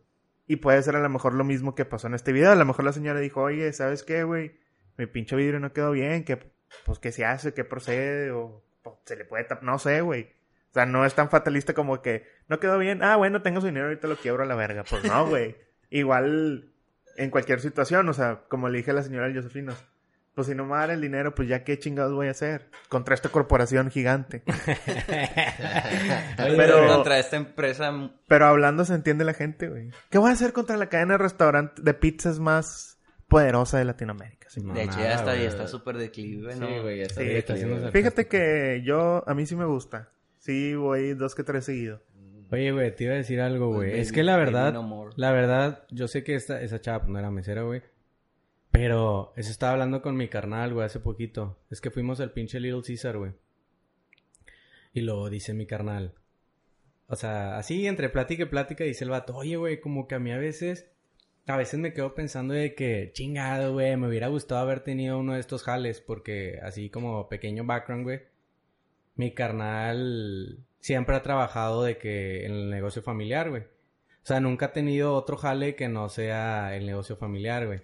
S4: Y puede ser a lo mejor lo mismo que pasó en este video. A lo mejor la señora dijo, oye, ¿sabes qué, güey? Mi pinche vidrio no quedó bien, que pues qué se hace, qué procede, o pues, se le puede tapar, no sé, güey. O sea, no es tan fatalista como que no quedó bien, ah, bueno, tengo su dinero, ahorita lo quiebro a la verga. Pues no, güey. Igual en cualquier situación, o sea, como le dije a la señora del Josefino, pues si no me dan el dinero, pues ya qué chingados voy a hacer contra esta corporación gigante.
S3: Pero
S4: Pero-
S3: contra esta empresa
S4: Pero hablando se entiende la gente, güey. ¿Qué voy a hacer contra la cadena de restaurantes de pizzas más poderosa de Latinoamérica? sí?
S1: No,
S3: de hecho
S1: nada,
S3: ya está,
S2: güey.
S3: ya está súper declive, ¿no?
S2: Sí, güey, ya está.
S4: Sí,
S2: bien,
S1: está haciendo
S2: güey.
S4: Fíjate que yo, a mí sí me gusta. Sí, voy dos que tres seguido.
S1: Oye, güey, te iba a decir algo,
S3: Pues
S1: güey.
S3: baby-
S1: es que la
S3: baby
S1: verdad,
S3: no more.
S1: la verdad, yo sé que esta, esa chava pues, no era mesera, güey. Pero eso estaba hablando con mi carnal, güey, hace poquito. Es que fuimos al pinche Little Caesar, güey. Y luego dice mi carnal. O sea, así entre plática y plática dice el vato, oye, güey, como que a mí a veces, a veces me quedo pensando de que, chingado, güey, me hubiera gustado haber tenido uno de estos jales, porque así como pequeño background, güey, mi carnal siempre ha trabajado de que en el negocio familiar, güey. O sea, nunca ha tenido otro jale que no sea el negocio familiar, güey.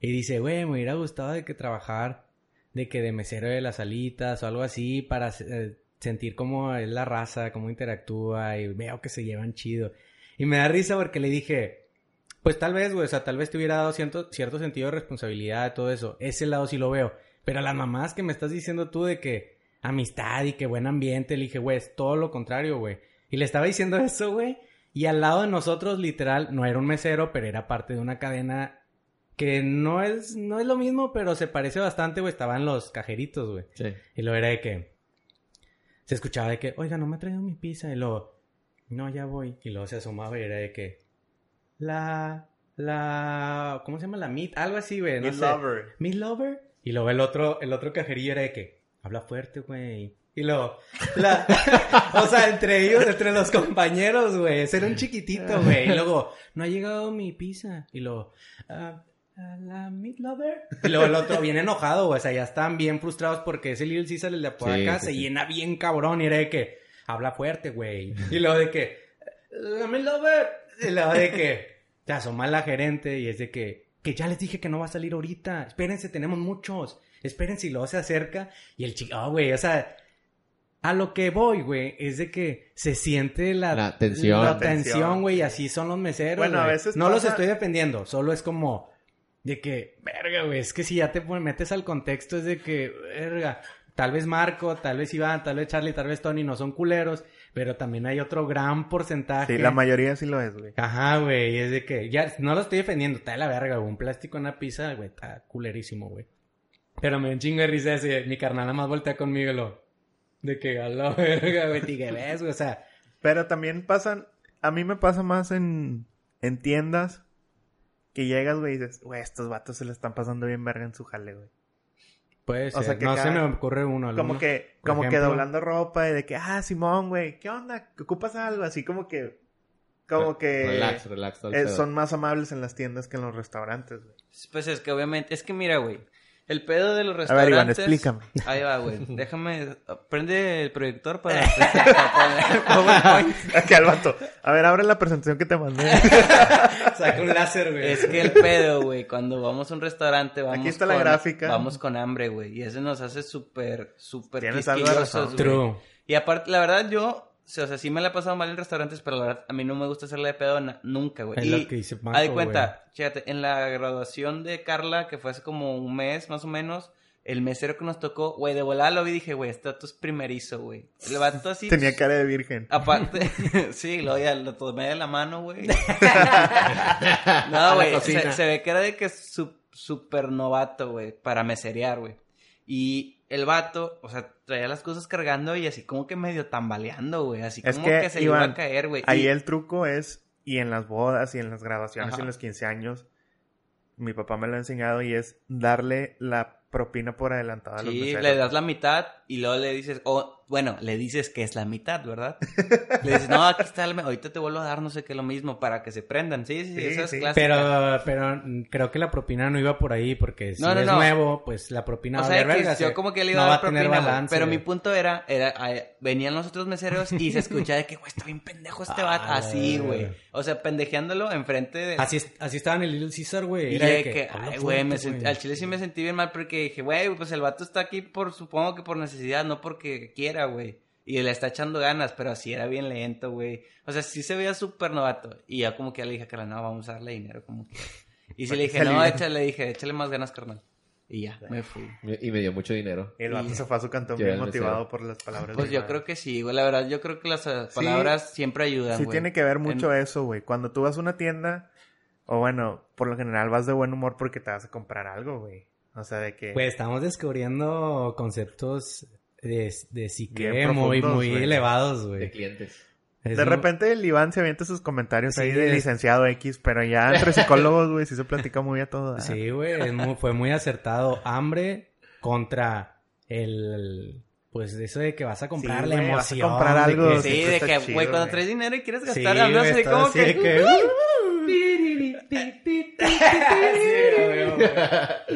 S1: Y dice, güey, me hubiera gustado de que trabajar, de que de mesero de las alitas o algo así, para eh, sentir cómo es la raza, cómo interactúa y veo que se llevan chido. Y me da risa porque le dije, pues tal vez, güey, o sea, tal vez te hubiera dado ciento- cierto sentido de responsabilidad y todo eso. Ese lado sí lo veo. Pero las mamás que me estás diciendo tú de que amistad y que buen ambiente, le dije, güey, es todo lo contrario, güey. Y le estaba diciendo eso, güey. Y al lado de nosotros, literal, no era un mesero, pero era parte de una cadena que no es, no es lo mismo, pero se parece bastante, güey. Estaban los cajeritos, güey.
S2: Sí.
S1: Y lo era de que se escuchaba de que, oiga, no me ha traído mi pizza. Y luego, no, ya voy. Y luego se asomaba y era de que, la, la, ¿cómo se llama? La meat, algo así, güey. No
S4: Meat
S1: sé.
S4: lover.
S1: Mi lover. Y luego el otro, el otro cajerillo era de que, habla fuerte, güey. Y luego, la, o sea, entre ellos, entre los compañeros, güey. Ese era un chiquitito, güey. Y luego, no ha llegado mi pizza. Y luego, "Ah, a la meat lover. Y luego el otro bien enojado, güey. O sea, ya están bien frustrados porque ese Little Caesar, el de por
S2: Sí,
S1: acá,
S2: sí,
S1: se
S2: sí.
S1: llena bien cabrón. Y era de que, habla fuerte, güey. Y luego de que, "Ah, la meat lover. Y luego de que, te asoma la gerente y es de que, que ya les dije que no va a salir ahorita. Espérense, tenemos muchos. Espérense y luego se acerca y el chico, ah, güey, o sea, a lo que voy, güey, es de que se siente la,
S2: La tensión.
S1: La
S4: La tensión.
S1: tensión, güey, y así son los meseros.
S4: Bueno, a
S1: güey.
S4: veces
S1: No los
S4: pasa-
S1: estoy defendiendo, solo es como de que, verga, güey, es que si ya te pon- metes al contexto es de que, verga, tal vez Marco, tal vez Iván, tal vez Charlie, tal vez Tony no son culeros, pero también hay otro gran porcentaje.
S4: Sí, la mayoría sí lo es, güey.
S1: Ajá, güey, es de que ya no lo estoy defendiendo, está de la verga, güey. Un plástico en una pizza, güey, está culerísimo, güey. Pero me dio un chingo de risa ese, mi carnal nada más voltea conmigo y lo. De que a la verga, güey, ti que ves, güey, o sea.
S4: Pero también pasan, a mí me pasa más en, en tiendas que llegas, güey, y dices, güey, estos vatos se le están pasando bien verga en su jale, güey.
S1: Puede
S4: O
S1: ser,
S4: sea, que
S1: no se
S4: cada-
S1: me ocurre uno.
S4: Como
S1: alguno.
S4: que,
S1: por
S4: como que
S1: ejemplo.
S4: doblando ropa y de que, ah, Simón, güey, ¿qué onda? ¿Ocupas algo? Así como que, como que
S2: Relax, relax. todo el
S4: eh,
S2: pedo.
S4: son más amables en las tiendas que en los restaurantes, güey.
S3: Pues es que obviamente, es que mira, güey, el pedo de los
S4: A ver,
S3: restaurantes.
S4: Iván, explícame.
S3: Ahí va, güey. Déjame, prende el proyector para, para poner PowerPoint.
S4: Acá el vato. A ver, abre la presentación que te mandé.
S1: Saca un láser, güey.
S3: Es que el pedo, güey, cuando vamos a un restaurante, vamos
S4: Aquí está la
S3: con-
S4: gráfica.
S3: Vamos con hambre, güey, y eso nos hace súper, súper
S4: Tienes algo de razón.
S3: quisquillosos, güey.
S1: True.
S3: Y aparte, la verdad, yo, o sea, o sea, sí me la he pasado mal en restaurantes, pero la verdad, a mí no me gusta hacerle de pedo na- nunca, güey.
S1: Es
S3: Y
S1: lo que dice Paco,
S3: haz de cuenta, fíjate, en la graduación de Carla, que fue hace como un mes más o menos, el mesero que nos tocó, güey, de volada lo vi y dije, güey, este dato es primerizo, güey. El vato así...
S4: Tenía cara de virgen.
S3: Aparte, sí, lo, ya lo tomé de la mano, güey.
S1: la
S3: no, güey,
S1: cocina.
S3: se, se ve que era de que es su- súper novato, güey, para meserear, güey. Y el vato, o sea, traía las cosas cargando y así como que medio tambaleando, güey. Así
S4: Es
S3: como
S4: que,
S3: que, se iba
S4: Iván,
S3: a caer, güey.
S4: Ahí
S3: Y-
S4: el truco es, y en las bodas, y en las graduaciones,
S3: Ajá.
S4: y en los 15 años, mi papá me lo ha enseñado y es darle la propina por adelantado a los
S3: Sí,
S4: meseros.
S3: le das la mitad y luego le dices, oh, Bueno, le dices que es la mitad, ¿verdad? Le dices, no, aquí está, el me- ahorita te vuelvo a dar no sé qué lo mismo para que se prendan. Sí, sí,
S4: Sí,
S3: esas
S4: sí.
S3: clásicas.
S1: Pero, pero mm, creo que la propina no iba por ahí porque si
S3: No, no,
S1: es
S3: no.
S1: nuevo, pues la propina
S3: o
S1: va a
S3: sea,
S1: valer
S3: X,
S1: verga,
S3: yo
S1: se-
S3: como que le iba
S1: no
S3: a dar
S1: va tener
S3: propina, güey.
S1: balance,
S3: pero
S1: güey.
S3: mi punto era, era eh, venían los otros meseros y se escuchaba de que, güey, está bien pendejo este vato,
S1: Ah,
S3: así,
S1: la
S3: güey.
S1: verga.
S3: O sea, pendejeándolo enfrente de...
S1: Así, es- así estaba en el Little Caesar, güey.
S3: Y
S1: Era
S3: yo
S1: de
S3: de que,
S1: "Habla
S3: ay, güey, me
S1: fuerte,
S3: sentí-
S1: güey".
S3: al chile sí me sentí bien mal porque dije, güey, pues el vato está aquí por, supongo que por necesidad, no porque quiera, güey. Y le está echando ganas, pero así era bien lento, güey. O sea, sí se veía súper novato. Y ya como que ya le dije, carnal, no, vamos a darle dinero, como que. Y sí le dije, no, échale, le dije, échale más ganas, carnal. Y ya, me fui.
S2: Y me dio mucho dinero.
S4: El vato
S3: Y-
S4: se fue a su cantón
S2: Ya,
S4: bien
S2: el mesero.
S4: motivado por las palabras.
S3: Pues
S4: de
S3: yo
S4: Iván.
S3: creo que sí, güey. La verdad, yo creo que las eh, palabras siempre ayudan,
S4: Sí
S3: güey.
S4: tiene que ver mucho eso, güey. Cuando tú vas a una tienda, o bueno, por lo general vas de buen humor porque te vas a comprar algo, güey. O sea, de que...
S1: Pues estamos descubriendo conceptos de, de psique
S4: Bien
S1: muy,
S4: profundos,
S1: muy
S4: güey.
S1: elevados,
S2: De
S1: güey.
S2: clientes.
S1: Es
S4: de
S1: muy-
S4: repente el Iván se avienta sus comentarios
S1: Sí,
S4: ahí de
S1: es-
S4: licenciado X, pero ya entre psicólogos, güey, sí se platica muy a todo. dar.
S1: Sí, güey, es muy- fue muy acertado. Hambre contra el... Pues eso de que vas a comprar
S4: Sí,
S1: la
S4: güey, vas a
S1: emoción.
S4: comprar
S1: de
S4: algo,
S1: que-
S4: sí,
S3: Sí,
S4: siempre
S3: de
S4: está
S3: que,
S4: chido,
S3: güey, cuando
S4: güey.
S3: traes dinero y quieres
S1: Sí,
S3: gastar, hablas
S1: güey,
S3: así
S1: todo
S3: como
S1: así de
S3: que... "Uh".
S4: "Uh,
S1: que,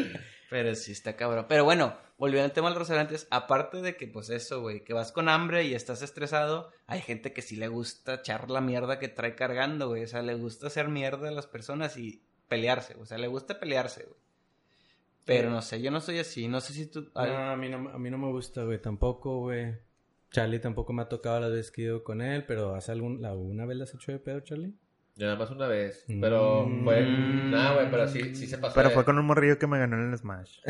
S1: "Uh".
S3: Pero sí está cabrón. Pero bueno, volviendo al tema de los restaurantes, aparte de que, pues eso, güey, que vas con hambre y estás estresado, hay gente que sí le gusta echar la mierda que trae cargando, güey. O sea, le gusta hacer mierda a las personas y pelearse, güey. o sea, le gusta pelearse, güey. Pero no sé, yo no soy así, no sé si tú...
S1: No, a mí no, a mí no me gusta, güey, tampoco, güey. Charlie tampoco me ha tocado las veces que he ido con él, pero ¿hace algún, la- alguna vez las has hecho de pedo, Charlie?
S2: Yo nada más una vez. Pero fue.
S3: Mm.
S2: Nada, güey, pero sí, sí se pasó.
S4: Pero
S2: de-
S4: fue con un morrillo que me ganó en el Smash.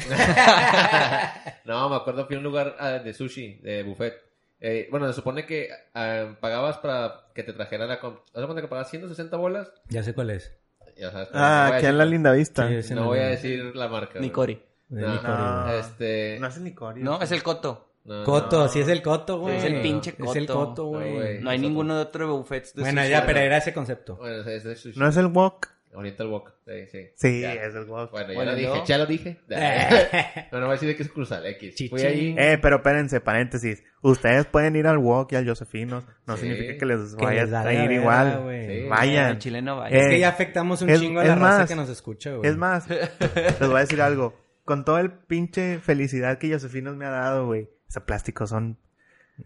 S2: no, me acuerdo, fui a un lugar ah, de sushi, de buffet. Eh, bueno, se supone que ah, pagabas para que te trajera la... com- Haz de cuenta que pagabas 160 bolas.
S1: Ya sé cuál es.
S2: Ya sabes, pero no
S4: Ah,
S2: voy a
S4: aquí en
S2: decir-
S4: la linda vista.
S1: Sí, es en
S2: No
S1: el-
S2: voy a decir la marca.
S3: Ni
S2: güey.
S3: Cori.
S1: de
S2: No.
S1: Nicori, güey.
S4: No.
S2: Este...
S4: No es el Nicorio.
S3: No, es el Coto.
S2: no,
S1: Coto,
S4: No.
S1: sí es el coto, güey.
S2: Es el
S3: pinche
S1: Es el
S3: coto.
S1: coto,
S2: No,
S1: güey.
S2: güey.
S3: No hay
S2: es otro.
S3: ninguno de otro buffet de
S1: bueno,
S3: sushi,
S1: ya,
S3: ¿verdad?
S1: pero era ese concepto.
S2: Bueno, es, es de sushi.
S4: ¿No es el Wok?
S2: Oriental Walk. Sí, sí.
S4: Sí,
S2: Ya.
S4: es el Wok.
S2: Bueno, ya
S3: Bueno,
S2: lo dije.
S3: ¿no?
S2: Ya lo dije.
S1: Eh.
S2: no, no voy a decir de qué es cruzal X. Fui
S1: Chichín.
S2: ahí.
S4: Eh, pero espérense, paréntesis. Ustedes pueden ir al Wok y al Josefinos. No
S2: Sí.
S4: significa que les
S1: Que
S4: vaya
S1: les da
S4: a
S1: la
S4: ir
S1: verga,
S4: igual.
S1: güey.
S2: Sí.
S4: Vayan.
S3: El chileno vaya.
S1: Es
S4: Eh,
S1: que ya afectamos un
S4: es-
S1: chingo a la
S4: es
S1: raza
S4: más,
S1: que nos escucha, güey.
S4: Es más, les voy a decir algo. Con todo el pinche felicidad que Josefinos me ha dado, güey. Ese plástico son,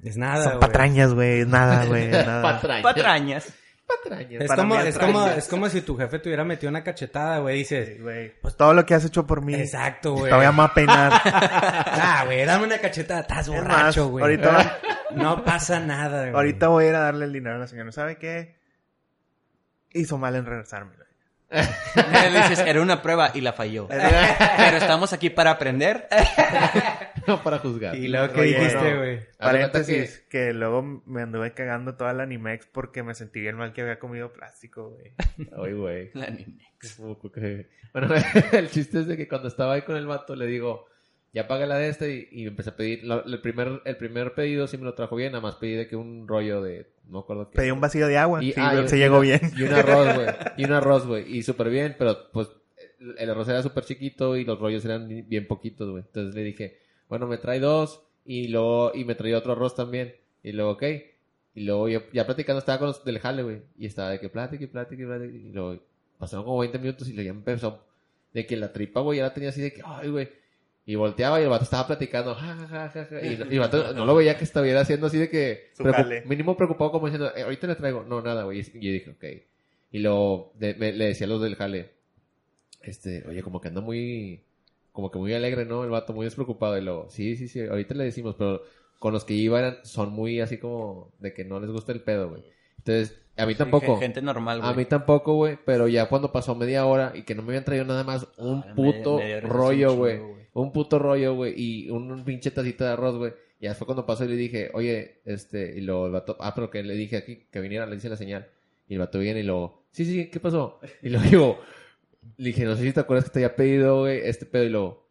S1: Es nada,
S4: son
S1: güey.
S4: patrañas, güey. Es nada, güey. es Eh, nada.
S2: Patrañas.
S3: Patrañas.
S2: Patrañas.
S1: Es
S4: Para
S1: como,
S4: mí
S1: es, como, es como si tu jefe te hubiera metido una cachetada, güey. Dices,
S4: Sí, güey. Pues todo lo que has hecho por mí.
S1: exacto,
S4: Te
S1: güey.
S4: voy a más peinar.
S1: Ah, güey, dame una cachetada. Estás
S4: Es más,
S1: borracho, güey.
S4: ahorita va-
S1: No pasa nada, güey.
S4: Ahorita voy a ir a darle el dinero a la señora. ¿Sabe qué? Hizo mal en regresarme. güey.
S3: Le dices, era una prueba y la falló. Pero estamos aquí para aprender.
S2: No para juzgar.
S1: Y luego que
S4: Oye,
S1: dijiste,
S4: no.
S1: güey.
S2: Haz de cuenta
S4: Paréntesis, que... luego me anduve cagando toda la Animex porque me sentí bien mal que había comido plástico, güey.
S2: que- Ay, güey.
S3: La niña.
S2: Como que- Bueno, el chiste es de que cuando estaba ahí con el vato le digo, ya paga la de este y, y empecé a pedir. la- el, primer, el primer pedido sí me lo trajo bien, nada más pedí de que un rollo de... No me acuerdo qué.
S4: Pedí un vacío de agua.
S2: Y-
S4: sí,
S2: ah, y-
S4: se
S2: y
S4: llegó
S2: una-
S4: bien.
S2: Y un arroz, güey. Y un arroz, güey. Y súper bien, pero pues el- el arroz era súper chiquito y los rollos eran bi- bien poquitos, güey. Entonces le dije, bueno, me trae dos y luego, y me traía otro arroz también. Y luego, ok. Y luego yo, ya platicando estaba con los del jale, güey. Y estaba de que plática y plática y plática. Y luego pasaron como 20 minutos y lo ya empezó. De que la tripa, güey, ya la tenía así de que, ay, güey. Y volteaba y el vato estaba platicando, ja, ja, ja, ja, ja. Y, y el vato no lo veía que estuviera haciendo así de que,
S4: Su
S2: preocup-
S4: jale.
S2: mínimo preocupado como diciendo, "Eh, ahorita le traigo, no, nada, güey. Y yo dije, ok. Y luego de- me- le decía a los del jale, este, oye, como que anda muy, como que muy alegre, ¿no? El vato muy despreocupado. Y luego, sí, sí, sí, ahorita le decimos, pero con los que iba eran, son muy así como de que no les gusta el pedo, güey. Entonces, a mí tampoco.
S3: Gente normal, güey.
S2: A mí tampoco, güey. Pero ya cuando pasó media hora y que no me habían traído nada más un
S3: Ah,
S2: puto
S3: media- media hora es
S2: rollo,
S3: un
S2: güey.
S3: chingo, güey.
S2: Un puto rollo, güey. Y un, un pinche tacita de arroz, güey. Ya fue cuando pasó y le dije, oye, este, y lo, el vato, ah, pero que le dije aquí que viniera, le hice la señal. Y el vato viene y lo, sí, sí, ¿qué pasó? Y lo digo, le dije, no sé si te acuerdas que te había pedido, güey, este pedo. Y lo,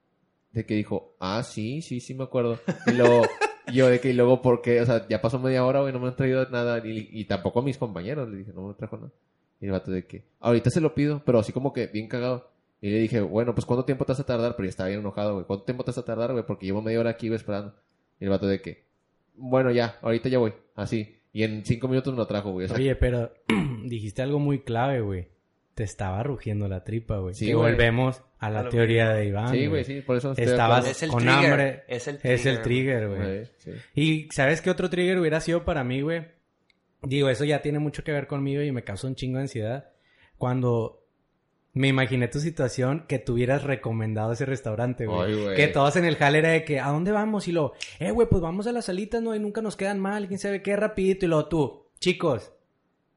S2: de que dijo, ah, sí, sí, sí me acuerdo. Y luego, yo de que, y luego, porque, o sea, ya pasó media hora, güey, no me han traído nada. Y, y tampoco a mis compañeros, le dije, no me trajo nada. Y el vato de que, ahorita se lo pido, pero así como que bien cagado. Y le dije, bueno, pues ¿cuánto tiempo te vas a tardar? Pero ya estaba bien enojado, güey. ¿Cuánto tiempo te vas a tardar, güey? Porque llevo media hora aquí, güey, esperando. Y el vato de que, bueno, ya, ahorita ya voy. Así. Y en cinco minutos me lo trajo, güey. O sea,
S1: Oye, pero dijiste algo muy clave, güey. Te estaba rugiendo la tripa, güey.
S2: Sí,
S1: y
S2: güey.
S1: volvemos a la
S4: A lo
S1: teoría de Iván.
S2: sí, güey, sí, por eso estoy de
S1: Estabas
S2: acuerdo.
S3: Es el
S1: con
S3: trigger,
S1: hambre.
S3: es el
S1: Es el
S3: trigger.
S1: trigger, güey.
S2: Güey, sí.
S1: Y ¿sabes qué otro trigger hubiera sido para mí, güey? Digo, eso ya tiene mucho que ver conmigo y me causó un chingo de ansiedad. Cuando me imaginé tu situación, que tuvieras recomendado ese restaurante, güey.
S2: Ay, güey.
S1: Que todos en el hall era de que, ¿a dónde vamos? Y lo, eh, güey, pues vamos a las salitas, ¿no? Y nunca nos quedan mal, quién sabe qué, rapidito. Y luego tú, chicos,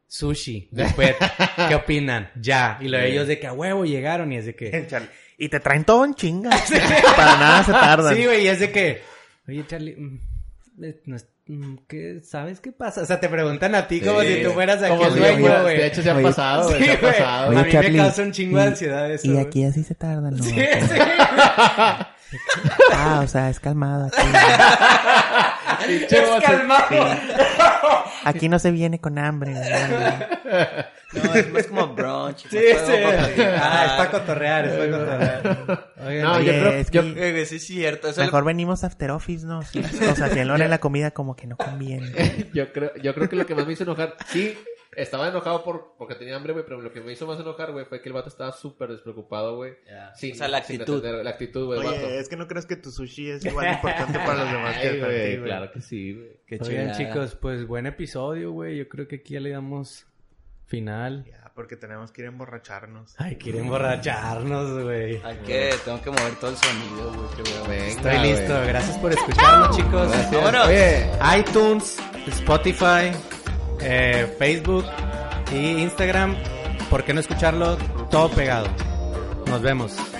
S1: sushi, buffet, ¿qué opinan? Ya. Y luego
S2: Sí.
S1: ellos de que a huevo llegaron y es de que...
S4: Chale. Y te traen todo en chinga. Para nada se tardan.
S1: Sí, güey, y es de que... Oye, Charlie, mm, eh, no es- mm, ¿qué, ¿sabes qué pasa? O sea, te preguntan a ti como
S2: Sí.
S1: si tú fueras aquí
S2: Como
S1: el
S2: si
S1: dueño,
S2: fueras-
S1: güey.
S2: De hecho, se ha
S4: Oye,
S2: pasado, güey.
S1: Sí,
S2: se ha
S1: güey.
S2: pasado.
S1: a mí me causa un chingo de ansiedad eso. güey.
S4: así se tardan, ¿no?
S1: Sí, sí, güey.
S4: Ah, o sea, es calmado. Aquí,
S1: Es calmado.
S4: aquí no se viene con hambre.
S3: No, es más como brunch.
S1: Sí,
S3: más
S1: sí.
S3: como-
S1: Ah, es para cotorrear, es para cotorrear. Oigan,
S2: No,
S1: oye,
S2: yo creo
S4: es
S2: yo-
S4: que-
S3: Eh, güey, sí es cierto. Eso
S4: Mejor venimos a After Office, ¿no? Sí, O sea, si en la hora de la comida como que no conviene.
S2: Yo creo, yo creo que lo que más me hizo enojar, sí, estaba enojado por, porque tenía hambre, güey, pero lo que me hizo más enojar, güey, fue que el vato estaba súper despreocupado, güey.
S3: Ya.
S2: Sin-
S3: o sea, la
S2: sin
S3: actitud.
S2: atender- la actitud, güey, el vato.
S4: es que no crees que tu sushi es igual importante para los demás
S2: Ay, güey, claro que sí, güey.
S3: Qué
S1: Oigan,
S3: chingada.
S1: chicos, pues buen episodio, güey. Yo creo que aquí ya le damos final.
S4: Ya, porque tenemos que ir a emborracharnos.
S1: Ay, quiere emborracharnos, güey.
S3: Hay que, tengo que mover todo el sonido, güey. qué hueva.
S1: Estoy
S2: Venga,
S1: listo.
S2: güey.
S1: Gracias por escucharnos, chicos.
S2: Gracias.
S3: Vámonos.
S2: Oye,
S1: iTunes, Spotify, eh, Facebook y Instagram. ¿Por qué no escucharlo todo pegado? Nos vemos.